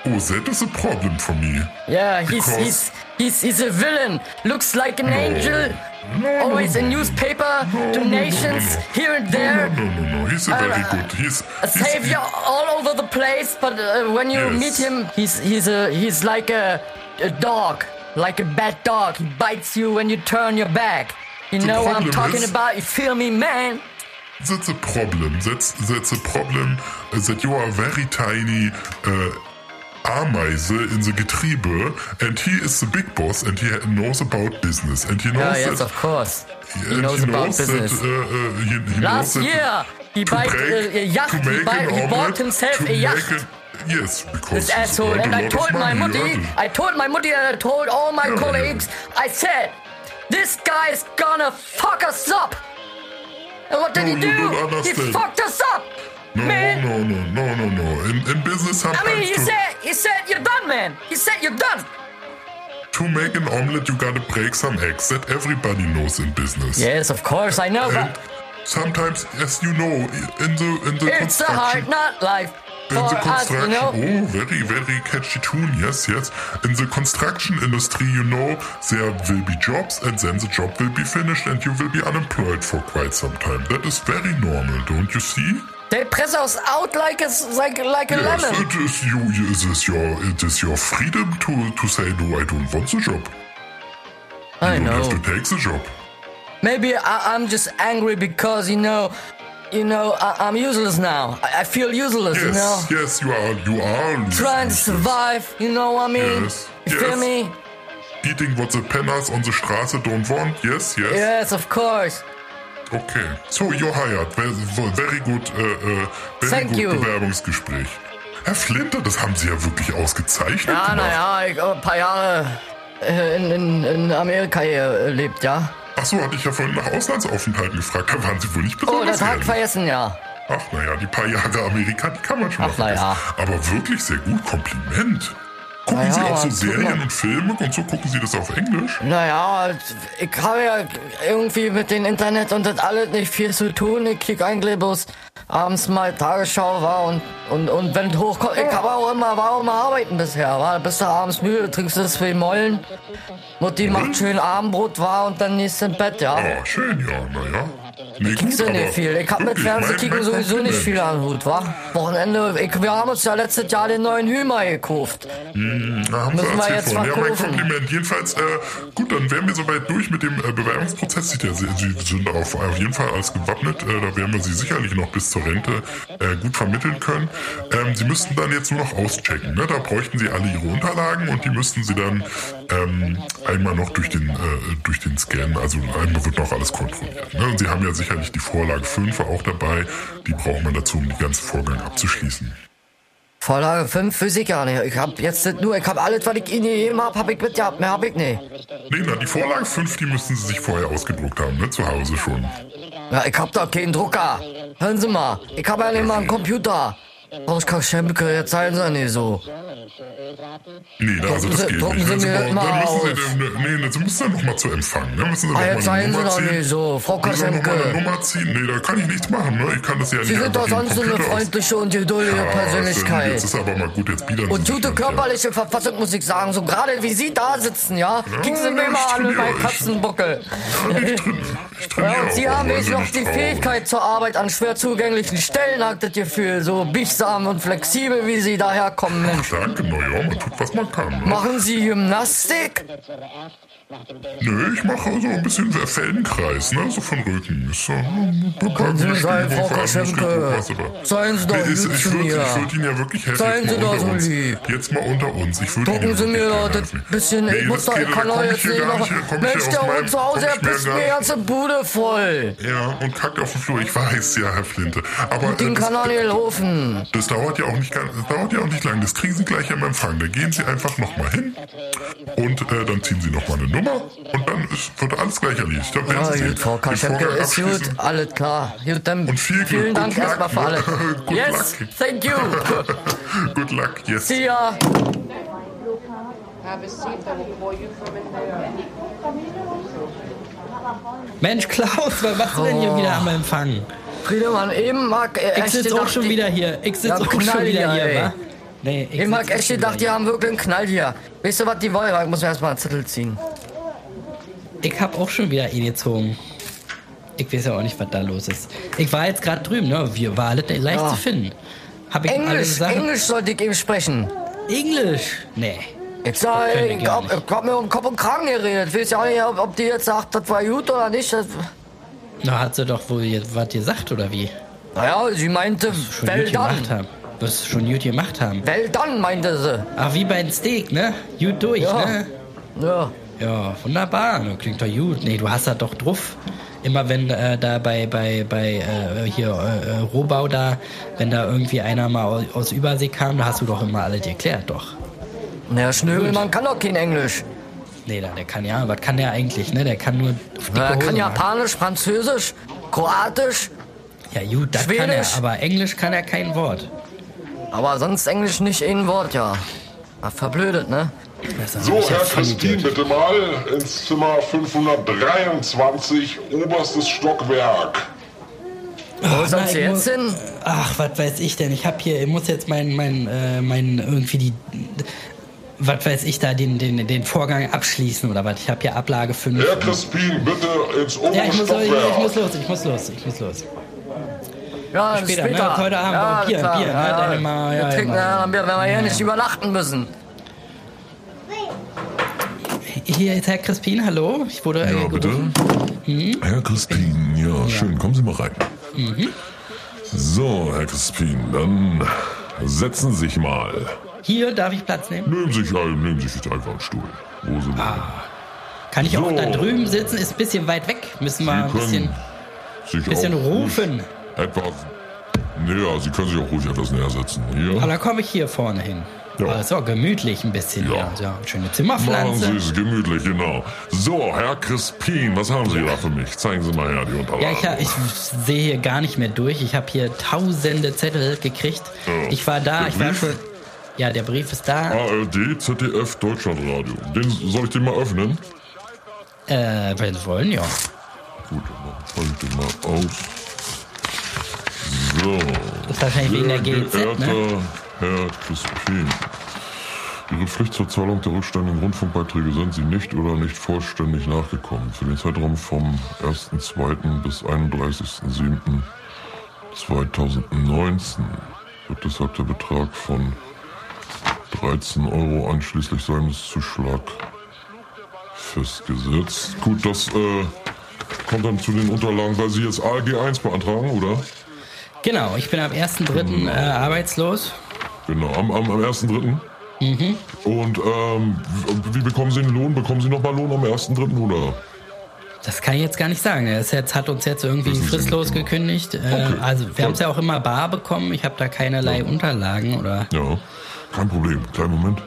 Speaker 3: Oh, that is a problem for me.
Speaker 1: Yeah, he's,
Speaker 3: Because-
Speaker 1: he's he's he's a villain. Looks like an angel.
Speaker 3: Oh. no,
Speaker 1: Always
Speaker 3: no,
Speaker 1: in
Speaker 3: no.
Speaker 1: newspaper,
Speaker 3: No, no,
Speaker 1: donations
Speaker 3: no, no, no.
Speaker 1: here and there.
Speaker 3: No, no, no, no, no. He's a very
Speaker 1: uh,
Speaker 3: good. He's,
Speaker 1: A
Speaker 3: he's
Speaker 1: savior all over the place, but uh, when you
Speaker 3: Yes.
Speaker 1: meet him, he's he's a he's like a, a dog, like a bad dog. He bites you when you turn your back. You know what I'm
Speaker 3: problem
Speaker 1: talking
Speaker 3: is-
Speaker 1: about? You feel me, man?
Speaker 3: That's a problem. That's that's a problem uh, that you are a very tiny uh, Ameise in the Getriebe, and he is the big boss, and he ha- knows about business, and he
Speaker 1: Yeah,
Speaker 3: knows
Speaker 1: Ah, Oh, yes,
Speaker 3: that.
Speaker 1: of course. He
Speaker 3: and
Speaker 1: knows
Speaker 3: he
Speaker 1: about
Speaker 3: knows
Speaker 1: business.
Speaker 3: That, uh, uh, he, he knows
Speaker 1: Last
Speaker 3: that
Speaker 1: year, he
Speaker 3: to
Speaker 1: bought
Speaker 3: break-
Speaker 1: a, a yacht.
Speaker 3: to
Speaker 1: He,
Speaker 3: make
Speaker 1: buy,
Speaker 3: an
Speaker 1: he bought
Speaker 3: omelet,
Speaker 1: himself
Speaker 3: to
Speaker 1: a
Speaker 3: make
Speaker 1: yacht.
Speaker 3: an- yes, because
Speaker 1: This
Speaker 3: he's
Speaker 1: asshole.
Speaker 3: earned a
Speaker 1: And I
Speaker 3: lot of
Speaker 1: told my
Speaker 3: money,
Speaker 1: mutti,
Speaker 3: yeah.
Speaker 1: I told my mutti, and I told all my
Speaker 3: Yeah.
Speaker 1: colleagues, I said, this guy's gonna fuck us up. And what did
Speaker 3: No,
Speaker 1: he
Speaker 3: you
Speaker 1: do?
Speaker 3: don't
Speaker 1: He
Speaker 3: understand.
Speaker 1: fucked us up.
Speaker 3: No,
Speaker 1: man.
Speaker 3: no, no, no, no, no. In, in business,
Speaker 1: I
Speaker 3: sometimes
Speaker 1: mean, he
Speaker 3: to,
Speaker 1: said, he said, you're done, man. He said, you're done.
Speaker 3: to make an omelet, you gotta break some eggs. That everybody knows in business.
Speaker 1: Yes, of course, I know,
Speaker 3: And sometimes, as you know, in the in the
Speaker 1: it's a hard
Speaker 3: construction,
Speaker 1: nut life
Speaker 3: in
Speaker 1: for
Speaker 3: the
Speaker 1: us, you
Speaker 3: construction,
Speaker 1: know.
Speaker 3: oh, very very catchy tune. Yes, yes. In the construction industry, you know, there will be jobs, and then the job will be finished, and you will be unemployed for quite some time. That is very normal, don't you see?
Speaker 1: They press us out like a, s- like, like a
Speaker 3: Yes,
Speaker 1: lemon.
Speaker 3: it is you. It is your it is your freedom to to say no. I don't want the job.
Speaker 1: I
Speaker 3: You don't
Speaker 1: know.
Speaker 3: have to take the job.
Speaker 1: Maybe I, I'm just angry because you know, you know, I, I'm useless now. I, I feel useless, you
Speaker 3: Yes,
Speaker 1: know.
Speaker 3: yes, you are you are
Speaker 1: Trying to
Speaker 3: useless.
Speaker 1: survive, you know what I mean?
Speaker 3: Yes,
Speaker 1: You feel
Speaker 3: yes.
Speaker 1: me?
Speaker 3: eating what the penners on the Straße don't want. Yes, yes. Ah
Speaker 1: Yes, of course.
Speaker 3: Okay. So you're hired. Ve- ve- Very good, äh, äh, very
Speaker 1: Thank
Speaker 3: good
Speaker 1: you.
Speaker 3: Bewerbungsgespräch. Herr Flinter, das haben Sie ja wirklich ausgezeichnet
Speaker 1: Ja,
Speaker 3: gemacht.
Speaker 1: naja, ich habe ein paar Jahre äh, oh, in, in, in uh, Amerika gelebt, ja.
Speaker 3: Ach so, hatte ich ja vorhin nach Auslandsaufenthalten gefragt. Da waren Sie wohl nicht
Speaker 1: Oh,
Speaker 3: besonders
Speaker 1: das hab ich
Speaker 3: ehrlich.
Speaker 1: vergessen, ja.
Speaker 3: Ach, naja, die paar Jahre Amerika, die kann man schon
Speaker 1: Ach,
Speaker 3: mal
Speaker 1: na ja.
Speaker 3: vergessen. Aber wirklich sehr gut, Kompliment. Gucken
Speaker 1: Na ja,
Speaker 3: Sie auch so
Speaker 1: aber tut
Speaker 3: Serien
Speaker 1: man-
Speaker 3: und Filme und so gucken Sie das auf Englisch?
Speaker 1: Naja, ich habe ja irgendwie mit dem Internet und das alles nicht viel zu tun. Ich krieg eigentlich bloß abends mal Tagesschau war und, und, und wenn es hochkommt, ich habe auch immer, war auch immer arbeiten bisher. War, bist du abends müde, trinkst du zwei Mollen. Mutti macht schön Abendbrot war und dann gehst du ins Bett, ja.
Speaker 4: Oh.
Speaker 3: Ah, schön, ja, naja. Nee,
Speaker 1: Kriegst du nicht viel. Ich hab mit Fernsehkicken sowieso nicht viel an den Hut, wa? Wochenende, ich, wir haben uns ja letztes Jahr den neuen Hümer gekauft.
Speaker 3: Da haben
Speaker 1: Müssen
Speaker 3: sie
Speaker 1: wir
Speaker 3: erzählt
Speaker 1: jetzt
Speaker 3: von.
Speaker 1: mal
Speaker 3: Ja, mein
Speaker 1: gucken.
Speaker 3: Kompliment. Jedenfalls, äh, gut, dann wären wir soweit durch mit dem äh, Bewerbungsprozess. Sieht ja, sehr- sie sind auf, auf jeden Fall alles gewappnet. Äh, da werden wir sie sicherlich noch bis zur Rente äh, gut vermitteln können. Ähm, sie müssten dann jetzt nur noch auschecken. Ne? Da bräuchten sie alle ihre Unterlagen und die müssten sie dann ähm, einmal noch durch den, äh, durch den Scan, also einmal wird noch alles kontrolliert. Ne? Und sie haben ja sicherlich die Vorlage 5 auch dabei. Die braucht man dazu, um den ganzen Vorgang abzuschließen.
Speaker 1: Vorlage 5 Physik ja nicht. ne, Ich hab jetzt nicht nur, ich hab alles, was ich ihnen gegeben hab, hab ich mitgehabt. Mehr hab ich nicht.
Speaker 3: Nee, na, die Vorlage 5, die müssten Sie sich vorher ausgedruckt haben, ne? Zu Hause schon.
Speaker 1: Ja, ich hab doch keinen Drucker. Hören Sie mal, ich hab ja nicht mal einen Computer. Brauch ich keine Schemke, jetzt seien Sie nicht so.
Speaker 3: Nee, da, also
Speaker 1: Drucken
Speaker 3: das
Speaker 1: Sie-
Speaker 3: geht
Speaker 1: drucken
Speaker 3: nicht.
Speaker 1: Sie
Speaker 3: ne?
Speaker 1: mir
Speaker 3: brauchen-
Speaker 1: das mal
Speaker 3: dann müssen Sie, ne, nee, Sie müssen dann nochmal zu empfangen, ne? Müssen Sie
Speaker 1: Ah,
Speaker 3: noch
Speaker 1: jetzt
Speaker 3: mal eine
Speaker 1: seien Sie
Speaker 3: Nummer
Speaker 1: doch
Speaker 3: ziehen.
Speaker 1: nicht so, Frau
Speaker 3: Müssen Sie noch mal eine
Speaker 1: Kaschemke.
Speaker 3: Nummer ziehen? Nee, da kann ich nichts machen, ne? Ich kann das ja nicht
Speaker 1: Sie sind
Speaker 3: einfach
Speaker 1: doch
Speaker 3: hier im
Speaker 1: sonst so eine
Speaker 3: Computer aus-
Speaker 1: freundliche und geduldige
Speaker 3: Ah, Sven, Jetzt
Speaker 1: Persönlichkeit.
Speaker 3: ist aber mal gut, jetzt biedern
Speaker 1: Und
Speaker 3: Sie sich
Speaker 1: gute
Speaker 3: nicht, ja.
Speaker 1: körperliche Verfassung, muss ich sagen. So gerade wie Sie da sitzen, ja? Kicken Sie mir
Speaker 3: ich
Speaker 1: mal an mit meinem
Speaker 3: trainiere, ich-
Speaker 1: Katzenbuckel.
Speaker 3: Ja, ich trainiere, ich trainiere
Speaker 1: Ja, und
Speaker 3: auch,
Speaker 1: Sie
Speaker 3: aber
Speaker 1: haben
Speaker 3: seien
Speaker 1: jetzt
Speaker 3: Sie
Speaker 1: noch
Speaker 3: nicht
Speaker 1: die
Speaker 3: traurig.
Speaker 1: Fähigkeit zur Arbeit an schwer zugänglichen Stellen, hat das Gefühl. So bichsam und flexibel, wie Sie daherkommen, Mensch.
Speaker 3: Danke, naja, man tut, was man kann. Ne?
Speaker 1: Machen Sie Gymnastik?
Speaker 3: Nö, ich mache so ein bisschen Feldenkreis, ne? So von Rücken. Ist so hm, ein paar
Speaker 1: Können Sie
Speaker 3: Kräfte,
Speaker 1: sein,
Speaker 3: Stimmung,
Speaker 1: Frau
Speaker 3: vor allem
Speaker 1: Kaschemke.
Speaker 3: Muskelgruppe, was aber-
Speaker 1: Seien Sie doch
Speaker 3: Nee, ist-
Speaker 1: lieb
Speaker 3: Ich
Speaker 1: zu
Speaker 3: würde
Speaker 1: mir.
Speaker 3: ich würd Ihnen ja wirklich helfen.
Speaker 1: Seien
Speaker 3: jetzt
Speaker 1: Sie
Speaker 3: mal
Speaker 1: doch
Speaker 3: unter
Speaker 1: so
Speaker 3: uns.
Speaker 1: lieb.
Speaker 3: Jetzt mal unter uns. Ich würde
Speaker 1: Drucken
Speaker 3: Ihnen
Speaker 1: Sie mir
Speaker 3: wirklich
Speaker 1: doch
Speaker 3: gerne
Speaker 1: das
Speaker 3: helfen.
Speaker 1: bisschen. Ich
Speaker 3: Nee,
Speaker 1: muss
Speaker 3: das
Speaker 1: doch, ich
Speaker 3: geht,
Speaker 1: kann
Speaker 3: da
Speaker 1: doch
Speaker 3: komm ich
Speaker 1: jetzt
Speaker 3: hier
Speaker 1: nicht
Speaker 3: gar
Speaker 1: noch.
Speaker 3: nicht hin, komm ich
Speaker 1: Mensch,
Speaker 3: hier
Speaker 1: der
Speaker 3: aus
Speaker 1: Hund
Speaker 3: meinem-
Speaker 1: zu Hause,
Speaker 3: komm
Speaker 1: der
Speaker 3: ich mir
Speaker 1: pisst
Speaker 3: gar
Speaker 1: mir die
Speaker 3: nicht.
Speaker 1: ganze Bude voll.
Speaker 3: Ja, und kackt auf den Flur. Ich weiß, ja, Herr Flinte. Aber äh,
Speaker 1: Den
Speaker 3: das,
Speaker 1: kann doch nicht laufen.
Speaker 3: das dauert ja auch nicht ganz, das dauert ja auch nicht lang. Das kriegen Sie gleich am Empfang. Da gehen Sie einfach nochmal hin und äh, dann ziehen Sie nochmal eine Nummer und dann ist, wird alles gleich erledigt. Dann werden
Speaker 1: Ah,
Speaker 3: Sie
Speaker 1: gut,
Speaker 3: sehen.
Speaker 1: Frau
Speaker 3: Den
Speaker 1: Kaschemke
Speaker 3: Vorgang
Speaker 1: ist gut,
Speaker 3: abschließen.
Speaker 1: alles klar. Gut, dann
Speaker 3: Und viel Glück.
Speaker 1: vielen Dank
Speaker 3: Good luck,
Speaker 1: erstmal für
Speaker 3: ne?
Speaker 1: alles.
Speaker 3: Good
Speaker 1: yes,
Speaker 3: luck.
Speaker 1: thank you.
Speaker 3: Good luck, yes.
Speaker 1: See ya.
Speaker 2: Mensch, Klaus, was machst du denn
Speaker 1: Oh.
Speaker 2: hier wieder am Empfang?
Speaker 1: Friedemann, eben mag äh,
Speaker 2: Ich sitze auch schon wieder hier. Ich sitze
Speaker 1: Ja,
Speaker 2: auch schon
Speaker 1: knall
Speaker 2: wieder
Speaker 1: ja,
Speaker 2: hier,
Speaker 1: ey.
Speaker 2: wa? Nee,
Speaker 1: Ich
Speaker 2: sitz
Speaker 1: mag
Speaker 2: auch
Speaker 1: echt
Speaker 2: schon
Speaker 1: gedacht,
Speaker 2: wieder
Speaker 1: die haben wirklich einen Knall hier. Weißt du, was die wollen? Ich muss mir erstmal einen Zettel ziehen.
Speaker 2: hier. Ich hab auch schon wieder ihn gezogen. Ich weiß ja auch nicht, was da los ist. Ich war jetzt gerade drüben, ne? Wir waren alle leicht
Speaker 1: Ja.
Speaker 2: zu finden. Hab ich alle
Speaker 1: Englisch,
Speaker 2: gesagt?
Speaker 1: Englisch sollte ich eben sprechen.
Speaker 2: Englisch? Nee.
Speaker 1: Ich sag,
Speaker 2: Können wir
Speaker 1: ich
Speaker 2: gar
Speaker 1: hab,
Speaker 2: nicht.
Speaker 1: ich hab mir um Kopf und Kragen geredet. Ich weiß ja auch nicht, ob, ob die jetzt sagt, das war gut oder nicht. Das,
Speaker 2: Na, hat sie doch wohl jetzt was gesagt, oder wie?
Speaker 1: naja, sie meinte,
Speaker 2: Schon
Speaker 1: well
Speaker 2: gut gemacht
Speaker 1: done.
Speaker 2: haben. Wirst du schon gut gemacht haben.
Speaker 1: Well done, meinte sie.
Speaker 2: Ach, wie bei einem Steak, ne? Gut durch,
Speaker 1: Ja.
Speaker 2: ne?
Speaker 1: Ja.
Speaker 2: Ja, wunderbar. Das klingt doch gut. Nee, du hast das doch drauf. Immer wenn äh, da bei, bei, bei äh, hier äh, äh, Rohbau da, wenn da irgendwie einer mal aus, aus Übersee kam, da hast du doch immer alles erklärt, doch.
Speaker 1: Herr Schnöbelmann kann doch kein Englisch.
Speaker 2: Nee, der, der kann ja, was kann der eigentlich, ne? Der kann nur auf dicke
Speaker 1: Na, Er
Speaker 2: Hose
Speaker 1: kann
Speaker 2: machen.
Speaker 1: Japanisch, Französisch, Kroatisch,
Speaker 2: Ja gut, das kann er,
Speaker 1: Schwedisch.
Speaker 2: aber Englisch kann er kein Wort.
Speaker 1: aber sonst Englisch nicht ein Wort, ja. Ach, verblödet, ne?
Speaker 2: Das ist
Speaker 6: So,
Speaker 2: ein
Speaker 6: Herr
Speaker 2: Vollidiot.
Speaker 6: Christin, bitte mal ins Zimmer 523, oberstes Stockwerk.
Speaker 1: Wo
Speaker 2: na,
Speaker 1: soll sie
Speaker 2: Ah, ich
Speaker 1: jetzt
Speaker 2: mu-
Speaker 1: hin?
Speaker 2: Ach, was weiß ich denn? Ich hab hier, ich muss jetzt meinen, meinen, äh, meinen irgendwie die, was weiß ich da, den, den, den Vorgang abschließen oder was? Ich hab hier Ablage 5.
Speaker 6: Herr Crispin, bitte ins obere
Speaker 2: Ja, ich muss, ich, ich muss
Speaker 6: Stockwerk.
Speaker 2: los, ich muss los, ich muss los.
Speaker 1: Ja,
Speaker 2: Später,
Speaker 1: später.
Speaker 2: ne? Heute Abend
Speaker 1: ja,
Speaker 2: Bier,
Speaker 1: klar.
Speaker 2: Bier, ne?
Speaker 1: ja,
Speaker 2: Dann immer- ja,
Speaker 1: wir trinken
Speaker 2: immer.
Speaker 1: ja, ein Bier, wenn wir hier nicht übernachten müssen.
Speaker 2: Hier ist Herr Crispin, hallo? Ich wurde äh,
Speaker 3: Ja, bitte.
Speaker 2: gerufen.
Speaker 1: Mhm.
Speaker 3: Herr Crispin, ja, schön, kommen Sie mal rein.
Speaker 11: So, Herr Crispin, dann setzen Sie sich mal.
Speaker 2: Hier darf ich Platz nehmen.
Speaker 11: Nehmen Sie sich, ein, nehmen Sie sich einfach einen Stuhl. Wo
Speaker 2: Ah,
Speaker 11: sind
Speaker 2: Kann ich auch
Speaker 11: So.
Speaker 2: da drüben sitzen? Ist ein bisschen weit weg. Müssen wir ein
Speaker 11: Sie? Sie
Speaker 2: bisschen.
Speaker 11: können sich
Speaker 2: bisschen
Speaker 11: auch ruhig
Speaker 2: rufen.
Speaker 11: Etwas
Speaker 3: Naja, Sie können sich auch ruhig etwas näher setzen. Hier.
Speaker 2: Aber da komme ich hier vorne hin. Ja. So, gemütlich ein bisschen. Ja. ja. Schöne Zimmerpflanze.
Speaker 3: Machen Sie es gemütlich, genau. So, Herr Crispin, was haben Sie da für mich? Zeigen Sie mal her die Unterlagen.
Speaker 2: Ja, ich, ha- ich sehe hier gar nicht mehr durch. Ich habe hier tausende Zettel gekriegt.
Speaker 3: Ja.
Speaker 2: Ich war da,
Speaker 3: Der
Speaker 2: ich war
Speaker 3: Brief? Ah.
Speaker 2: schon. Ja, der Brief ist da.
Speaker 3: ARD, ZDF, Deutschlandradio. Den soll ich den mal öffnen?
Speaker 2: Äh, wenn Sie wollen, ja.
Speaker 3: Gut, dann mache ich den mal auf. So.
Speaker 2: Ist wahrscheinlich wegen der ne? GEZ,
Speaker 3: geehrter Herr Crispin. Ihre Pflicht zur Zahlung der rückständigen Rundfunkbeiträge sind Sie nicht oder nicht vollständig nachgekommen. Für den Zeitraum vom 1.2. bis 31.07.2019 wird deshalb der Betrag von 13 Euro einschließlich seines Zuschlag festgesetzt. Gut, das äh, kommt dann zu den Unterlagen, weil Sie jetzt ALG1 beantragen, oder?
Speaker 2: Genau, ich bin am
Speaker 3: Hm.
Speaker 2: 1.3. Äh, arbeitslos.
Speaker 3: Genau, am, am, am 1.3.
Speaker 2: Mhm.
Speaker 3: Und ähm, w- wie bekommen Sie den Lohn? Bekommen Sie nochmal Lohn am 1.3. oder?
Speaker 2: Das kann ich jetzt gar nicht sagen. Es jetzt, hat uns jetzt irgendwie fristlos
Speaker 3: genau.
Speaker 2: gekündigt. Äh, Also wir haben es ja auch immer bar bekommen. Ich habe da keinerlei Unterlagen oder.
Speaker 3: Ja, kein Problem. Kleinen Moment.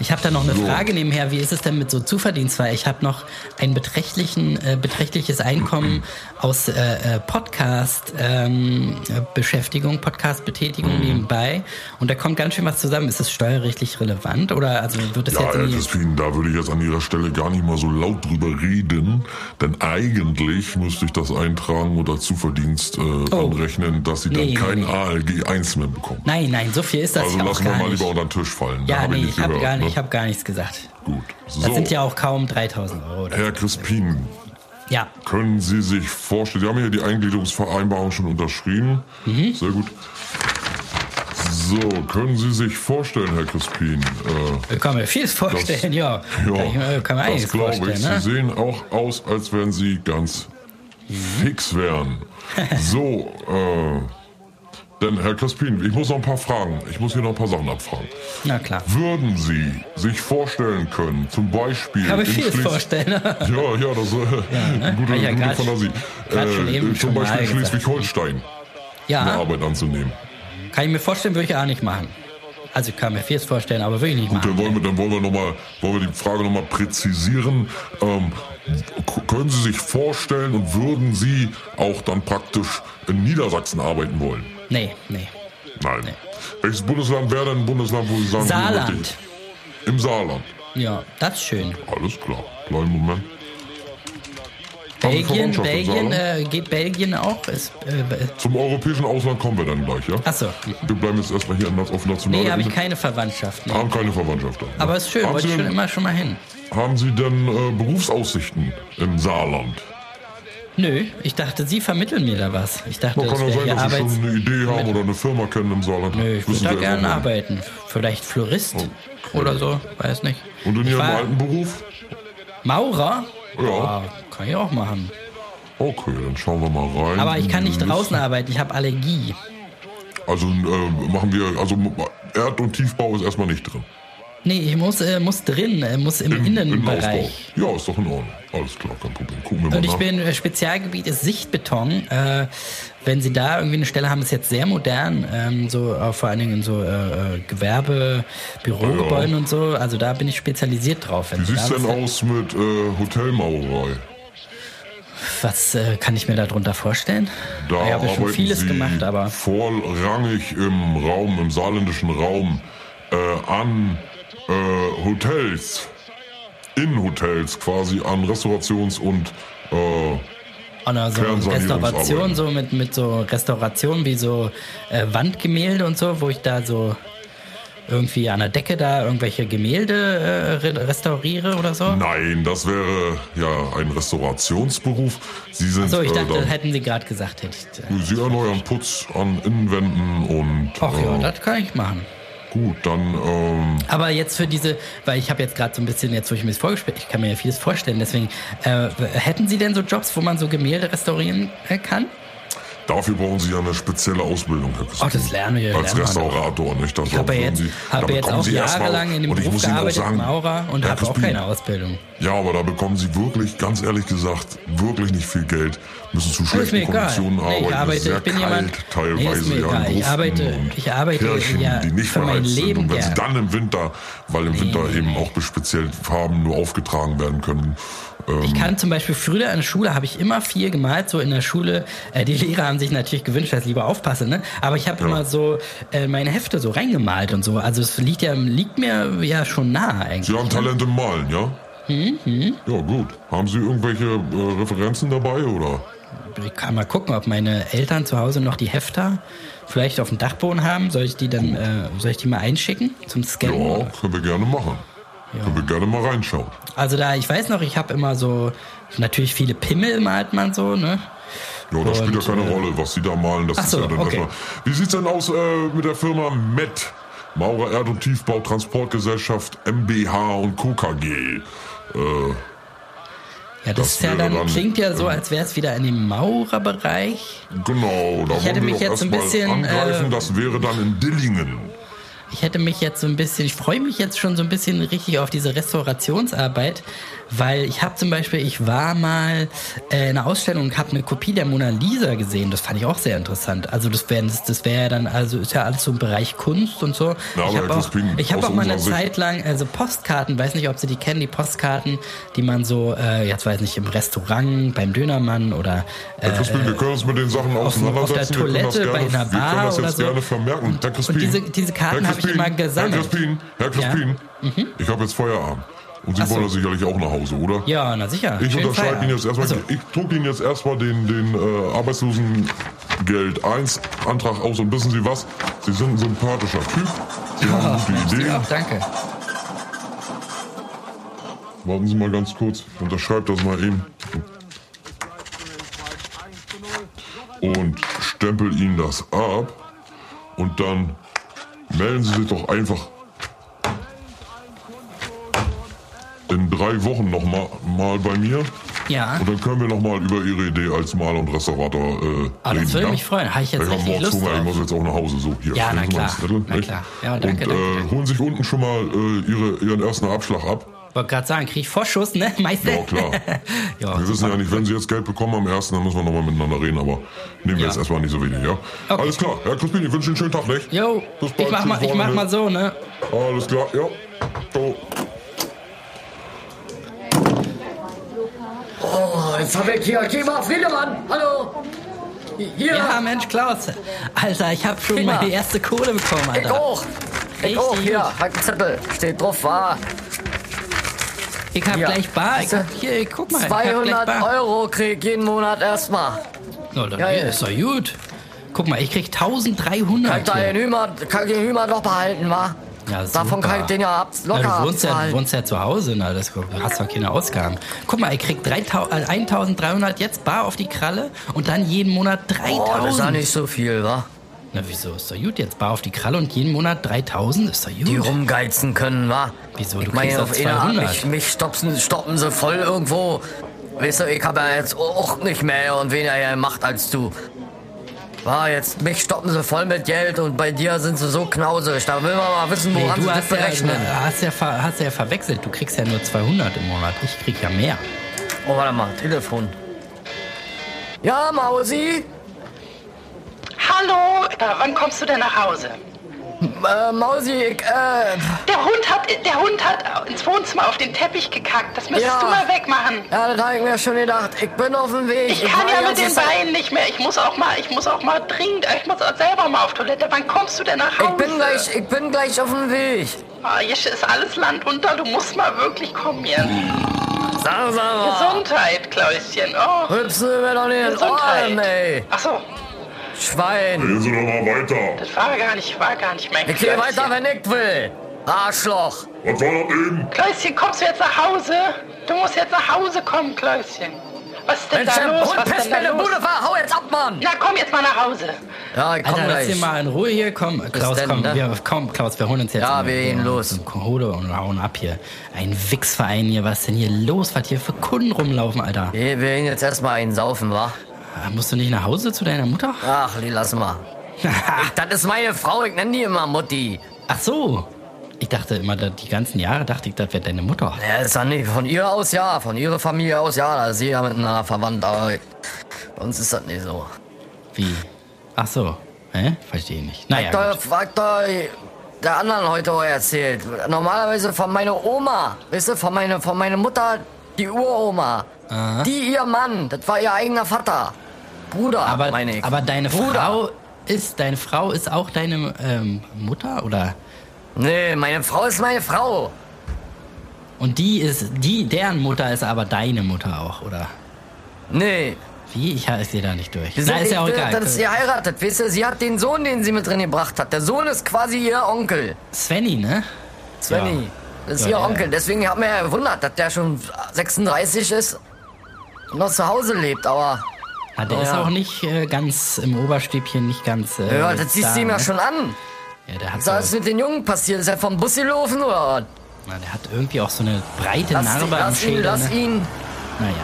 Speaker 2: Ich habe da noch eine
Speaker 3: So.
Speaker 2: Frage nebenher. Wie ist es denn mit so Zuverdienst? Weil ich habe noch ein beträchtlichen, äh, beträchtliches Einkommen aus äh, äh, Podcast-Beschäftigung, Podcast-Betätigung
Speaker 3: Mhm.
Speaker 2: nebenbei. Und da kommt ganz schön was zusammen. Ist das steuerrechtlich relevant oder also wird es
Speaker 3: ja,
Speaker 2: jetzt in
Speaker 3: Herr
Speaker 2: die-
Speaker 3: Crispin, da würde ich jetzt an Ihrer Stelle gar nicht mal so laut drüber reden, denn eigentlich müsste ich das eintragen oder Zuverdienst äh, anrechnen, dass Sie dann
Speaker 2: Oh. Nee, nee,
Speaker 3: kein
Speaker 2: nee.
Speaker 3: ALG 1 mehr bekommen.
Speaker 2: Nein, nein, so viel ist das
Speaker 3: also
Speaker 2: ja auch
Speaker 3: lassen wir
Speaker 2: gar
Speaker 3: mal
Speaker 2: nicht.
Speaker 3: lieber unter den Tisch fallen. Da
Speaker 2: ja,
Speaker 3: habe
Speaker 2: nee,
Speaker 3: ich
Speaker 2: ich
Speaker 3: nicht
Speaker 2: habe
Speaker 3: gehört.
Speaker 2: gar, nicht-
Speaker 3: ne?
Speaker 2: ich hab gar nichts gesagt.
Speaker 3: Gut.
Speaker 2: Das
Speaker 3: So. Äh.
Speaker 2: sind ja auch kaum 3000 Euro. Oder?
Speaker 3: Herr Crispin,
Speaker 2: Ja.
Speaker 3: können Sie sich vorstellen, Sie haben ja die Eingliederungsvereinbarung schon unterschrieben.
Speaker 2: Mhm.
Speaker 3: Sehr gut. So, können Sie sich vorstellen, Herr Crispin? Äh,
Speaker 2: Kann mir vieles vorstellen, ja. äh,
Speaker 3: ja,
Speaker 2: Kann man einiges
Speaker 3: das glaube
Speaker 2: vorstellen,
Speaker 3: ich.
Speaker 2: ne? Mhm.
Speaker 3: Sie sehen auch aus, als wenn Sie ganz fix wären. so, äh, denn Herr Crispin, ich muss noch ein paar Fragen, ich muss hier noch ein paar Sachen abfragen.
Speaker 2: Na klar.
Speaker 3: Würden Sie sich vorstellen können, zum Beispiel...
Speaker 2: Kann mir
Speaker 3: in
Speaker 2: vieles
Speaker 3: Schleswig-
Speaker 2: vorstellen. ne?
Speaker 3: Ja, ja, das ist äh, eine gute,
Speaker 2: Hab ich ja
Speaker 3: gute
Speaker 2: grad-
Speaker 3: Fantasie.
Speaker 2: grad schon eben
Speaker 3: zum
Speaker 2: schon mal
Speaker 3: Beispiel
Speaker 2: gesagt. ne? Ah.
Speaker 3: Schleswig-Holstein eine
Speaker 2: Ja,
Speaker 3: Arbeit anzunehmen.
Speaker 2: kann ich mir vorstellen, würde ich auch nicht machen. Also ich kann mir vieles vorstellen, aber würde ich nicht
Speaker 3: Gut,
Speaker 2: machen.
Speaker 3: dann wollen wir, dann wollen wir, noch mal, wollen wir die Frage nochmal präzisieren. Ähm, k- können Sie sich vorstellen und würden Sie auch dann praktisch in Niedersachsen arbeiten wollen?
Speaker 2: Nee, nee.
Speaker 3: Nein. Welches Bundesland wäre denn ein Bundesland, wo Sie sagen, Sie möchten-
Speaker 2: Saarland.
Speaker 3: Im Saarland.
Speaker 2: Ja, das ist schön.
Speaker 3: Alles klar. Kleinen Moment. Haben Sie
Speaker 2: Belgien,
Speaker 3: Verwandtschaft im
Speaker 2: Belgien,
Speaker 3: Saarland?
Speaker 2: äh, geht Belgien auch? Ist, äh, äh,
Speaker 3: Zum europäischen Ausland kommen wir dann gleich, ja?
Speaker 2: Achso.
Speaker 3: Wir bleiben jetzt erstmal hier auf nationaler
Speaker 2: Nee, habe ich
Speaker 3: Ebene.
Speaker 2: keine Verwandtschaft. Nee.
Speaker 3: Haben keine Verwandtschaft. da.
Speaker 2: Aber ist schön,
Speaker 3: haben
Speaker 2: wollte
Speaker 3: Sie
Speaker 2: ich schon
Speaker 3: denn,
Speaker 2: immer schon mal hin.
Speaker 3: Haben Sie denn äh, Berufsaussichten im Saarland?
Speaker 2: Nö, ich dachte, Sie vermitteln mir da was. Ich dachte,
Speaker 3: Man
Speaker 2: das
Speaker 3: kann
Speaker 2: wäre
Speaker 3: ja sein,
Speaker 2: hier
Speaker 3: dass Sie
Speaker 2: Arbeits...
Speaker 3: schon eine Idee haben oder eine Firma kennen im Saarland.
Speaker 2: Nö, ich würde
Speaker 3: Wissen
Speaker 2: da
Speaker 3: Sie also
Speaker 2: gerne
Speaker 3: erstmal.
Speaker 2: arbeiten. Vielleicht Florist oder so, weiß nicht.
Speaker 3: Und in
Speaker 2: Ich
Speaker 3: Ihrem
Speaker 2: war-
Speaker 3: alten Beruf?
Speaker 2: Maurer?
Speaker 3: Ja.
Speaker 2: kann ich auch machen.
Speaker 3: Okay, dann schauen wir mal rein.
Speaker 2: Aber ich kann nicht
Speaker 3: Liste.
Speaker 2: draußen arbeiten, ich habe Allergie.
Speaker 3: Also äh, machen wir, also Erd- und Tiefbau ist erstmal nicht drin.
Speaker 2: Nee, ich muss, äh, muss drin, äh, muss im Innenbereich.
Speaker 3: Ausbau. Genau. Ja, ist doch in Ordnung. Alles klar, kein Problem. Gucken wir mal
Speaker 2: Und ich
Speaker 3: nach.
Speaker 2: bin, äh, Spezialgebiet ist Sichtbeton. Äh, wenn Sie da irgendwie eine Stelle haben, ist jetzt sehr modern, ähm, so äh, vor allen Dingen in so äh, äh, Gewerbe, Bürogebäuden
Speaker 3: Ja.
Speaker 2: und so. Also da bin ich spezialisiert drauf. Wenn
Speaker 3: Wie
Speaker 2: Sie
Speaker 3: sieht's
Speaker 2: da
Speaker 3: denn
Speaker 2: was-
Speaker 3: aus mit äh, Hotelmaurerei?
Speaker 2: Was äh, kann ich mir darunter vorstellen?
Speaker 3: Da
Speaker 2: ich habe ja schon
Speaker 3: arbeiten
Speaker 2: vieles
Speaker 3: Sie
Speaker 2: gemacht, aber
Speaker 3: vorrangig im Raum, im saarländischen Raum, äh, an äh, Hotels, in Hotels quasi, an Restaurations- und äh,
Speaker 2: Oder so
Speaker 3: Fernsanierungsarbeiten.
Speaker 2: Restauration, so mit, mit so Restauration wie so äh, Wandgemälde und so, wo ich da so irgendwie an der Decke da irgendwelche Gemälde äh, re restauriere oder
Speaker 3: Hm.
Speaker 2: so.
Speaker 3: Nein, das wäre ja ein Restaurationsberuf. Sie sind
Speaker 2: so, ich
Speaker 3: äh,
Speaker 2: dachte,
Speaker 3: dann-
Speaker 2: das hätten Sie gerade gesagt. Hätte ich, äh,
Speaker 3: Sie erneuern Putz an Innenwänden und
Speaker 2: ach ja,
Speaker 3: äh,
Speaker 2: das kann ich machen.
Speaker 3: gut, dann ähm,
Speaker 2: Aber jetzt für diese, weil ich habe jetzt gerade so ein bisschen, jetzt wo ich mir das vorgespielt ich kann mir ja vieles vorstellen, deswegen, äh, hätten Sie denn so Jobs, wo man so Gemälde restaurieren äh, kann?
Speaker 3: Dafür brauchen Sie ja eine spezielle Ausbildung, Herr Christoph.
Speaker 2: Ach, das lernen wir,
Speaker 3: Als
Speaker 2: lernen wir
Speaker 3: Restaurator, nicht? Das
Speaker 2: Ich habe
Speaker 3: brauchen
Speaker 2: ja jetzt,
Speaker 3: Sie-
Speaker 2: hab
Speaker 3: da
Speaker 2: ja jetzt
Speaker 3: bekommen
Speaker 2: auch
Speaker 3: Sie erstmal-
Speaker 2: jahrelang in dem
Speaker 3: und ich
Speaker 2: Beruf
Speaker 3: muss Ihnen auch
Speaker 2: gearbeitet,
Speaker 3: sagen,
Speaker 2: als Maurer, und
Speaker 3: Herr
Speaker 2: habe auch
Speaker 3: Crispin,
Speaker 2: keine Ausbildung.
Speaker 3: Ja, aber da bekommen Sie wirklich, ganz ehrlich gesagt, wirklich nicht viel Geld. Müssen zu
Speaker 2: Ist mir
Speaker 3: schlechten
Speaker 2: egal.
Speaker 3: Konditionen
Speaker 2: Nee,
Speaker 3: arbeiten.
Speaker 2: ich
Speaker 3: ist sehr
Speaker 2: arbeite, ich bin
Speaker 3: kalt,
Speaker 2: jemand. nee, ist
Speaker 3: teilweise
Speaker 2: mir
Speaker 3: ja, in
Speaker 2: egal. Ich
Speaker 3: Gruften
Speaker 2: arbeite,
Speaker 3: und
Speaker 2: ich arbeite
Speaker 3: Kirchen,
Speaker 2: ja
Speaker 3: die nicht
Speaker 2: für mein
Speaker 3: beheizt sind.
Speaker 2: Leben
Speaker 3: Und wenn sie
Speaker 2: gern.
Speaker 3: dann im Winter, weil im Winter eben auch bis speziell Farben nur aufgetragen werden können. Ähm,
Speaker 2: Ich kann zum Beispiel früher in der Schule habe ich immer viel gemalt, so in der Schule. Äh, die Lehrer haben sich natürlich gewünscht, dass ich lieber aufpasse, ne? Aber ich habe immer so äh, meine Hefte so reingemalt und so. Also es liegt ja liegt mir ja schon nah eigentlich.
Speaker 3: Sie haben Talent im Malen, ja?
Speaker 2: Hm,
Speaker 3: Ja, gut. Haben Sie irgendwelche äh, Referenzen dabei, oder?
Speaker 2: Ich kann mal gucken, ob meine Eltern zu Hause noch die Hefter vielleicht auf dem Dachboden haben. Soll ich die dann, äh, soll ich die mal einschicken zum Scannen?
Speaker 3: Ja, können wir gerne machen. Können wir gerne mal reinschauen.
Speaker 2: Also da, ich weiß noch, ich habe immer so natürlich viele Pimmel malt man so, ne?
Speaker 3: Ja, das spielt ja
Speaker 2: Und,
Speaker 3: keine
Speaker 2: äh,
Speaker 3: Rolle, was Sie da malen. Das
Speaker 2: ach so,
Speaker 3: ist ja dann
Speaker 2: okay.
Speaker 3: erstmal. Wie sieht's denn aus äh, mit der Firma MET? Maurer Erd- und Tiefbau Transportgesellschaft MBH und Co. KG. Äh,
Speaker 2: Ja, das,
Speaker 3: Das
Speaker 2: ist ja
Speaker 3: wäre
Speaker 2: dann,
Speaker 3: dann, ähm,
Speaker 2: klingt ja so, als wäre es wieder in dem Maurerbereich.
Speaker 3: genau, da
Speaker 2: Ich hätte
Speaker 3: wollen wir
Speaker 2: mich
Speaker 3: doch
Speaker 2: jetzt ein
Speaker 3: erstmal
Speaker 2: bisschen,
Speaker 3: angreifen.
Speaker 2: äh,
Speaker 3: das wäre dann in Dillingen.
Speaker 2: Ich hätte mich jetzt so ein bisschen, ich freue mich jetzt schon so ein bisschen richtig auf diese Restaurationsarbeit, weil ich habe zum Beispiel, ich war mal äh, in einer Ausstellung und habe eine Kopie der Mona Lisa gesehen. Das fand ich auch sehr interessant. Also das wäre das, das wär ja dann, also ist ja alles so im Bereich Kunst und so.
Speaker 3: Ja,
Speaker 2: ich
Speaker 3: aber
Speaker 2: habe
Speaker 3: Herr
Speaker 2: auch,
Speaker 3: Crispin,
Speaker 2: ich hab
Speaker 3: aus
Speaker 2: auch mal eine
Speaker 3: unserer Sicht-
Speaker 2: Zeit lang, also Postkarten, weiß nicht, ob Sie die kennen, die Postkarten, die man so, äh, jetzt weiß nicht, im Restaurant, beim Dönermann oder äh,
Speaker 3: Herr Crispin, wir können uns mit den Sachen
Speaker 2: auf dem- auf der
Speaker 3: auseinandersetzen.
Speaker 2: Toilette,
Speaker 3: wir
Speaker 2: bei
Speaker 3: können das
Speaker 2: einer
Speaker 3: gerne, wir können
Speaker 2: Bar
Speaker 3: das
Speaker 2: oder
Speaker 3: jetzt
Speaker 2: so.
Speaker 3: gerne vermerken. Herr Crispin,
Speaker 2: diese- diese Karten
Speaker 3: Herr
Speaker 2: habe ich
Speaker 3: Crispin,
Speaker 2: immer gesammelt. Mhm.
Speaker 3: Herr Crispin, Herr Crispin, ich habe jetzt Feierabend. Und Sie
Speaker 2: Ach so.
Speaker 3: wollen ja sicherlich auch nach Hause, oder?
Speaker 2: Ja, na sicher.
Speaker 3: Ich
Speaker 2: Schönen
Speaker 3: unterschreibe
Speaker 2: Feierabend.
Speaker 3: Ihnen jetzt erstmal,
Speaker 2: Ach so.
Speaker 3: ich drucke Ihnen jetzt erstmal den, den äh, Arbeitslosengeld 1 Antrag aus und wissen Sie was? Sie sind ein sympathischer Typ. Sie haben gute Ideen.
Speaker 2: Ja, danke.
Speaker 3: Warten Sie mal ganz kurz. Ich unterschreibe das mal eben. Und stempel Ihnen das ab. Und dann melden Sie sich doch einfach in drei Wochen nochmal mal bei mir.
Speaker 2: Ja.
Speaker 3: Und dann können wir nochmal über Ihre Idee als Maler und Restaurator äh,
Speaker 2: Ah, das
Speaker 3: reden.
Speaker 2: würde
Speaker 3: ja?
Speaker 2: mich freuen. Habe ich jetzt
Speaker 3: ich hab
Speaker 2: richtig
Speaker 3: morgens
Speaker 2: Lust
Speaker 3: Hunger, ich
Speaker 2: drauf.
Speaker 3: muss jetzt auch nach Hause. So, hier.
Speaker 2: Ja, na
Speaker 3: nehmen Sie mal das
Speaker 2: klar.
Speaker 3: Zettel,
Speaker 2: Na
Speaker 3: nicht?
Speaker 2: klar. Ja, danke,
Speaker 3: und,
Speaker 2: danke,
Speaker 3: äh,
Speaker 2: danke. Oh,
Speaker 3: holen sich unten schon mal äh, ihre, Ihren ersten Abschlag ab.
Speaker 2: Wollte gerade sagen, krieg ich Vorschuss, ne, Meister?
Speaker 3: Ja, klar.
Speaker 2: ja,
Speaker 3: wir wissen ja nicht, wenn Sie jetzt Geld bekommen am ersten, dann müssen wir nochmal miteinander reden, aber nehmen wir
Speaker 2: Ja.
Speaker 3: jetzt erstmal nicht so wenig, ja? Alles klar, Herr Crispin, ich wünsche Ihnen einen schönen Tag, nicht?
Speaker 2: Jo,
Speaker 3: Bis bald,
Speaker 2: ich mach, mal,
Speaker 3: schönes
Speaker 2: ich mach mal so, ne?
Speaker 3: Wochenende. Alles klar, ja. Ciao.
Speaker 5: Oh, jetzt habe ich hier Thema Friedemann. Hallo. Hier.
Speaker 2: Ja, Mensch, Klaus. Alter, ich habe schon
Speaker 1: Prima.
Speaker 2: meine erste Kohle bekommen, Alter.
Speaker 1: Ich auch.
Speaker 2: Richtig
Speaker 1: Ich auch. Hier,
Speaker 2: gut.
Speaker 1: hab einen Zettel. Steht drauf, war.
Speaker 2: Ich hab
Speaker 1: Ja.
Speaker 2: gleich Bar. Ich
Speaker 1: Siehste?
Speaker 2: hab, hier, guck mal. ich hab
Speaker 1: 200
Speaker 2: gleich Bar.
Speaker 1: Euro krieg ich jeden Monat erstmal.
Speaker 2: Na, dann,
Speaker 1: Ja, ja.
Speaker 2: Ist doch gut. Guck mal, ich krieg 1300.
Speaker 1: Kann ich da
Speaker 2: hier.
Speaker 1: den Hümer, kann ich den Hümer noch behalten, wa?
Speaker 2: Ja,
Speaker 1: Davon
Speaker 2: super.
Speaker 1: kann ich den ja ab, locker
Speaker 2: Na, du wohnst ja, du
Speaker 1: abzahlen.
Speaker 2: wohnst ja zu Hause, na, das hast doch keine Ausgaben. Guck mal, ich krieg 3000, äh, 1300 jetzt bar auf die Kralle und dann jeden Monat 3000.
Speaker 1: Oh, das ist ja nicht so viel, wa?
Speaker 2: Na, wieso? Ist doch gut, jetzt bar auf die Kralle und jeden Monat 3000, ist doch gut.
Speaker 1: Die rumgeizen können, wa?
Speaker 2: Wieso, du
Speaker 1: Ich meine,
Speaker 2: kriegst
Speaker 1: auf
Speaker 2: doch
Speaker 1: eine Art,
Speaker 2: 200.
Speaker 1: mich, mich stopsen, stoppen sie voll irgendwo. Weißt du, ich habe ja jetzt auch nicht mehr und weniger gemacht als du. War jetzt, mich stoppen sie voll mit Geld und bei dir sind sie so knausig. Da will man mal wissen,
Speaker 2: Nee,
Speaker 1: woran
Speaker 2: du
Speaker 1: sie das
Speaker 2: hast ja,
Speaker 1: berechnen.
Speaker 2: hast, ja ver, hast ja verwechselt, du kriegst ja nur 200 im Monat, ich krieg ja mehr.
Speaker 1: Oh, warte mal, Telefon. Ja, Mausi?
Speaker 12: Hallo, äh, wann kommst du denn nach Hause?
Speaker 1: Äh, Mausi, ich, äh,
Speaker 12: Der Hund hat, der Hund hat ins Wohnzimmer auf den Teppich gekackt. Das müsstest
Speaker 1: Ja.
Speaker 12: du mal wegmachen.
Speaker 1: ja, das habe ich mir schon gedacht. Ich bin auf dem Weg.
Speaker 12: Ich kann
Speaker 1: war die
Speaker 12: ja mit
Speaker 1: ganze
Speaker 12: den
Speaker 1: Zeit-
Speaker 12: Beinen nicht mehr. Ich muss auch mal, ich muss auch mal dringend, ich muss auch selber mal auf Toilette. Wann kommst du denn nach Hause?
Speaker 1: Ich bin gleich, ich bin gleich auf dem Weg.
Speaker 12: Ah, hier ist alles Land unter. Du musst mal wirklich kommen jetzt.
Speaker 1: Sag, sag mal.
Speaker 12: Gesundheit, Klauschen. Oh,
Speaker 1: Hüpsen wir doch nicht ins Ohren,
Speaker 12: Gesundheit.
Speaker 1: ey.
Speaker 12: Ach so,
Speaker 1: Schwein.
Speaker 3: Reden Sie doch mal weiter.
Speaker 12: das war gar nicht, war gar nicht mein
Speaker 1: Ich gehe
Speaker 12: Klauschen.
Speaker 1: weiter, wenn ich will. Arschloch.
Speaker 3: Was war das eben?
Speaker 12: Klauschen, kommst du jetzt nach Hause? Du musst jetzt nach Hause kommen, Klauschen. Was ist denn
Speaker 1: Mensch,
Speaker 12: da
Speaker 1: der
Speaker 12: los?
Speaker 1: Hund
Speaker 12: Was ist
Speaker 1: pisst
Speaker 12: denn
Speaker 1: mir in
Speaker 12: da
Speaker 1: der
Speaker 12: los?
Speaker 1: Bude war. Hau jetzt ab, Mann.
Speaker 12: Na komm jetzt mal nach Hause.
Speaker 1: Ja, ich komm
Speaker 2: Alter, lass
Speaker 1: gleich.
Speaker 2: den mal in Ruhe hier, komm, Klaus,
Speaker 1: denn,
Speaker 2: komm,
Speaker 1: ne?
Speaker 2: wir, komm, Klaus, wir holen uns jetzt.
Speaker 1: Ja,
Speaker 2: mal-
Speaker 1: wir gehen
Speaker 2: holen
Speaker 1: los.
Speaker 2: uns eine Kohle und hauen ab hier. Ein Wichsverein hier, was ist denn hier los, was hier für Kunden rumlaufen, Alter.
Speaker 1: Hier, wir gehen jetzt erstmal einen saufen, wa?
Speaker 2: Ah, Musst du nicht nach Hause zu deiner Mutter?
Speaker 1: Ach, lass mal.
Speaker 2: Ah.
Speaker 1: das ist meine Frau, ich nenne die immer Mutti.
Speaker 2: Ach so. Ich dachte immer, da- die ganzen Jahre dachte ich, das wäre deine Mutter.
Speaker 1: Ja, ist ja nicht. Von ihr aus ja, von ihrer Familie aus ja, da ist sie ja miteinander verwandt, aber bei uns ist das nicht so.
Speaker 2: Wie? Ach so. Hä? Verstehe nicht. Naja.
Speaker 1: Fragt doch- fragt doch der anderen heute wo er erzählt. Normalerweise von meiner Oma, weißt du, von meiner, von meiner Mutter, die Uroma.
Speaker 2: Aha.
Speaker 1: Die ihr Mann, das war ihr eigener Vater. Bruder,
Speaker 2: aber,
Speaker 1: meine ich.
Speaker 2: aber deine Frau ist deine Frau ist auch deine ähm, Mutter oder?
Speaker 1: Nee, meine Frau ist meine Frau.
Speaker 2: Und die ist die deren Mutter ist aber deine Mutter auch oder?
Speaker 1: Nee.
Speaker 2: Wie ich ich sehe da nicht durch.
Speaker 1: Wir
Speaker 2: Na,
Speaker 1: sind-
Speaker 2: ist ja auch
Speaker 1: wir-
Speaker 2: egal.
Speaker 1: Das ist geheiratet, weißt du, sie hat den Sohn, den sie mit drin gebracht hat. Der Sohn ist quasi ihr Onkel.
Speaker 2: Svenny, ne?
Speaker 1: Svenny.
Speaker 2: Ja.
Speaker 1: Das ist
Speaker 2: Ja,
Speaker 1: ihr
Speaker 2: der-
Speaker 1: Onkel. Deswegen hat mir ja gewundert, dass der schon 36 ist und noch zu Hause lebt, aber.
Speaker 2: Ah, der ist
Speaker 1: Ja.
Speaker 2: auch nicht äh, ganz im Oberstübchen, nicht ganz. Äh,
Speaker 1: Ja, das siehst
Speaker 2: da,
Speaker 1: du ihm ja
Speaker 2: ne?
Speaker 1: schon an.
Speaker 2: Ja, der hat, so,
Speaker 1: Was ist mit den Jungen passiert? Ist er vom Bus gelaufen oder
Speaker 2: na, der hat irgendwie auch so eine breite
Speaker 1: was?
Speaker 2: Narbe am
Speaker 1: lass ihn,
Speaker 2: Schädel.
Speaker 1: lass
Speaker 2: ne?
Speaker 1: ihn.
Speaker 2: Naja.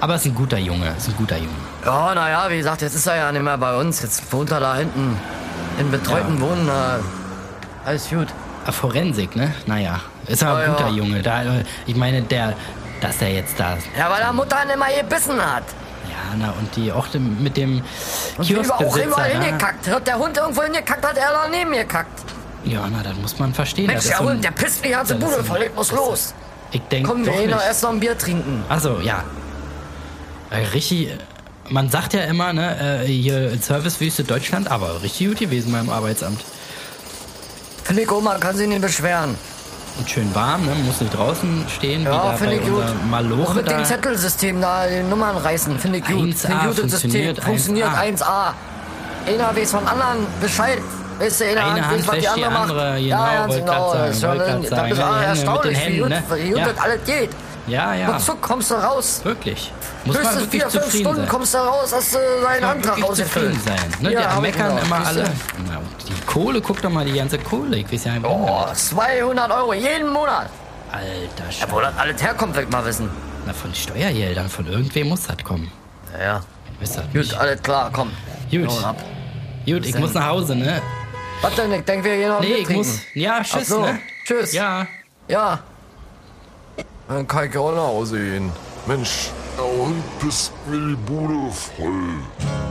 Speaker 2: Aber ist ein guter Junge, ist ein guter Junge.
Speaker 1: Ja, naja, wie gesagt, jetzt ist er ja nicht mehr bei uns. Jetzt wohnt er da hinten. In betreuten Wohnen. Äh, alles gut.
Speaker 2: Ah, Forensik, ne? Naja. Ist aber ein
Speaker 1: Ja,
Speaker 2: guter
Speaker 1: ja.
Speaker 2: Junge. Da, äh, ich meine, der, dass er jetzt da ist.
Speaker 1: Ja, weil er Mutter ihn immer gebissen hat.
Speaker 2: Ja, na, und die auch dem, mit dem
Speaker 1: Und wir auch
Speaker 2: Kioskbesitzer. ne?
Speaker 1: überall
Speaker 2: na,
Speaker 1: hingekackt. Hat der Hund irgendwo hingekackt, hat er daneben gekackt.
Speaker 2: ja, na, das muss man verstehen.
Speaker 1: Mensch,
Speaker 2: das ist
Speaker 1: der
Speaker 2: so ein-
Speaker 1: Hund, der pisst die ganze
Speaker 2: das ist
Speaker 1: Bude
Speaker 2: so
Speaker 1: voll. Ich muss los.
Speaker 2: Ich denke
Speaker 1: Komm, wir
Speaker 2: doch
Speaker 1: gehen doch
Speaker 2: nicht.
Speaker 1: erst noch ein Bier trinken.
Speaker 2: Also ja. Äh, Richtig, äh, man sagt ja immer, ne, äh, hier Servicewüste Deutschland, aber richtig gut gewesen beim Arbeitsamt.
Speaker 1: Finde ich, Oma, kann sich nicht beschweren.
Speaker 2: Und schön warm, ne, muss nicht draußen stehen,
Speaker 1: Ja,
Speaker 2: wie da
Speaker 1: finde
Speaker 2: bei
Speaker 1: ich gut.
Speaker 2: unserer
Speaker 1: Auch
Speaker 2: Maloche
Speaker 1: mit dem
Speaker 2: da.
Speaker 1: Zettelsystem da, die Nummern reißen, finde ich gut.
Speaker 2: 1A
Speaker 1: Finde ich gut, das
Speaker 2: funktioniert,
Speaker 1: System funktioniert 1A. Einer weiß von anderen Bescheid. Weißt du, eine,
Speaker 2: Eine
Speaker 1: Hand
Speaker 2: Hand
Speaker 1: weiß, was die
Speaker 2: wäscht die
Speaker 1: andere macht.
Speaker 2: andere, genau,
Speaker 1: ja, ganz
Speaker 2: wollte
Speaker 1: genau.
Speaker 2: grad
Speaker 1: Das ist
Speaker 2: sagen,
Speaker 1: ja-
Speaker 2: wollte grad
Speaker 1: das ist
Speaker 2: sagen,
Speaker 1: auch
Speaker 2: ne, mit den
Speaker 1: erstaunlich, wie
Speaker 2: Händen,
Speaker 1: gut,
Speaker 2: ne?
Speaker 1: wie gut
Speaker 2: Ja.
Speaker 1: das alles geht.
Speaker 2: Ja, ja.
Speaker 1: Wozu kommst du raus?
Speaker 2: Wirklich. Muss man
Speaker 1: Höchstens
Speaker 2: wirklich
Speaker 1: vier, fünf
Speaker 2: zufrieden
Speaker 1: Stunden
Speaker 2: sein.
Speaker 1: kommst du raus, hast du deinen
Speaker 2: Muss man
Speaker 1: Antrag
Speaker 2: wirklich
Speaker 1: ausgefüllt.
Speaker 2: zufrieden sein. Ne,
Speaker 1: Ja,
Speaker 2: die
Speaker 1: hab ich
Speaker 2: meckern
Speaker 1: genau.
Speaker 2: immer
Speaker 1: Siehst
Speaker 2: alle.
Speaker 1: du?
Speaker 2: Na, und die Kohle, guck doch mal die ganze Kohle. Ich weiß ja einfach
Speaker 1: Oh, 200 Euro jeden Monat.
Speaker 2: Alter
Speaker 1: Ja, wo das alles herkommt, will ich mal wissen.
Speaker 2: Na, von Steuergeldern, von irgendwem muss das kommen.
Speaker 1: Ja, ja.
Speaker 2: Wisst ihr
Speaker 1: Gut,
Speaker 2: nicht.
Speaker 1: alles klar, komm.
Speaker 2: Gut.
Speaker 1: Hau ab.
Speaker 2: Gut, ich muss nach Hause, ne?
Speaker 1: Was denn? Ich denke, wir gehen noch ein
Speaker 2: Nee,
Speaker 1: Bier
Speaker 2: ich
Speaker 1: trinken.
Speaker 2: muss- ja, tschüss,
Speaker 1: Ach so,
Speaker 2: ne?
Speaker 1: Tschüss.
Speaker 2: Ja.
Speaker 1: Ja.
Speaker 13: Dann kann ich auch nach Hause gehen. Mensch.
Speaker 6: Der Hund pisst mir die Bude voll.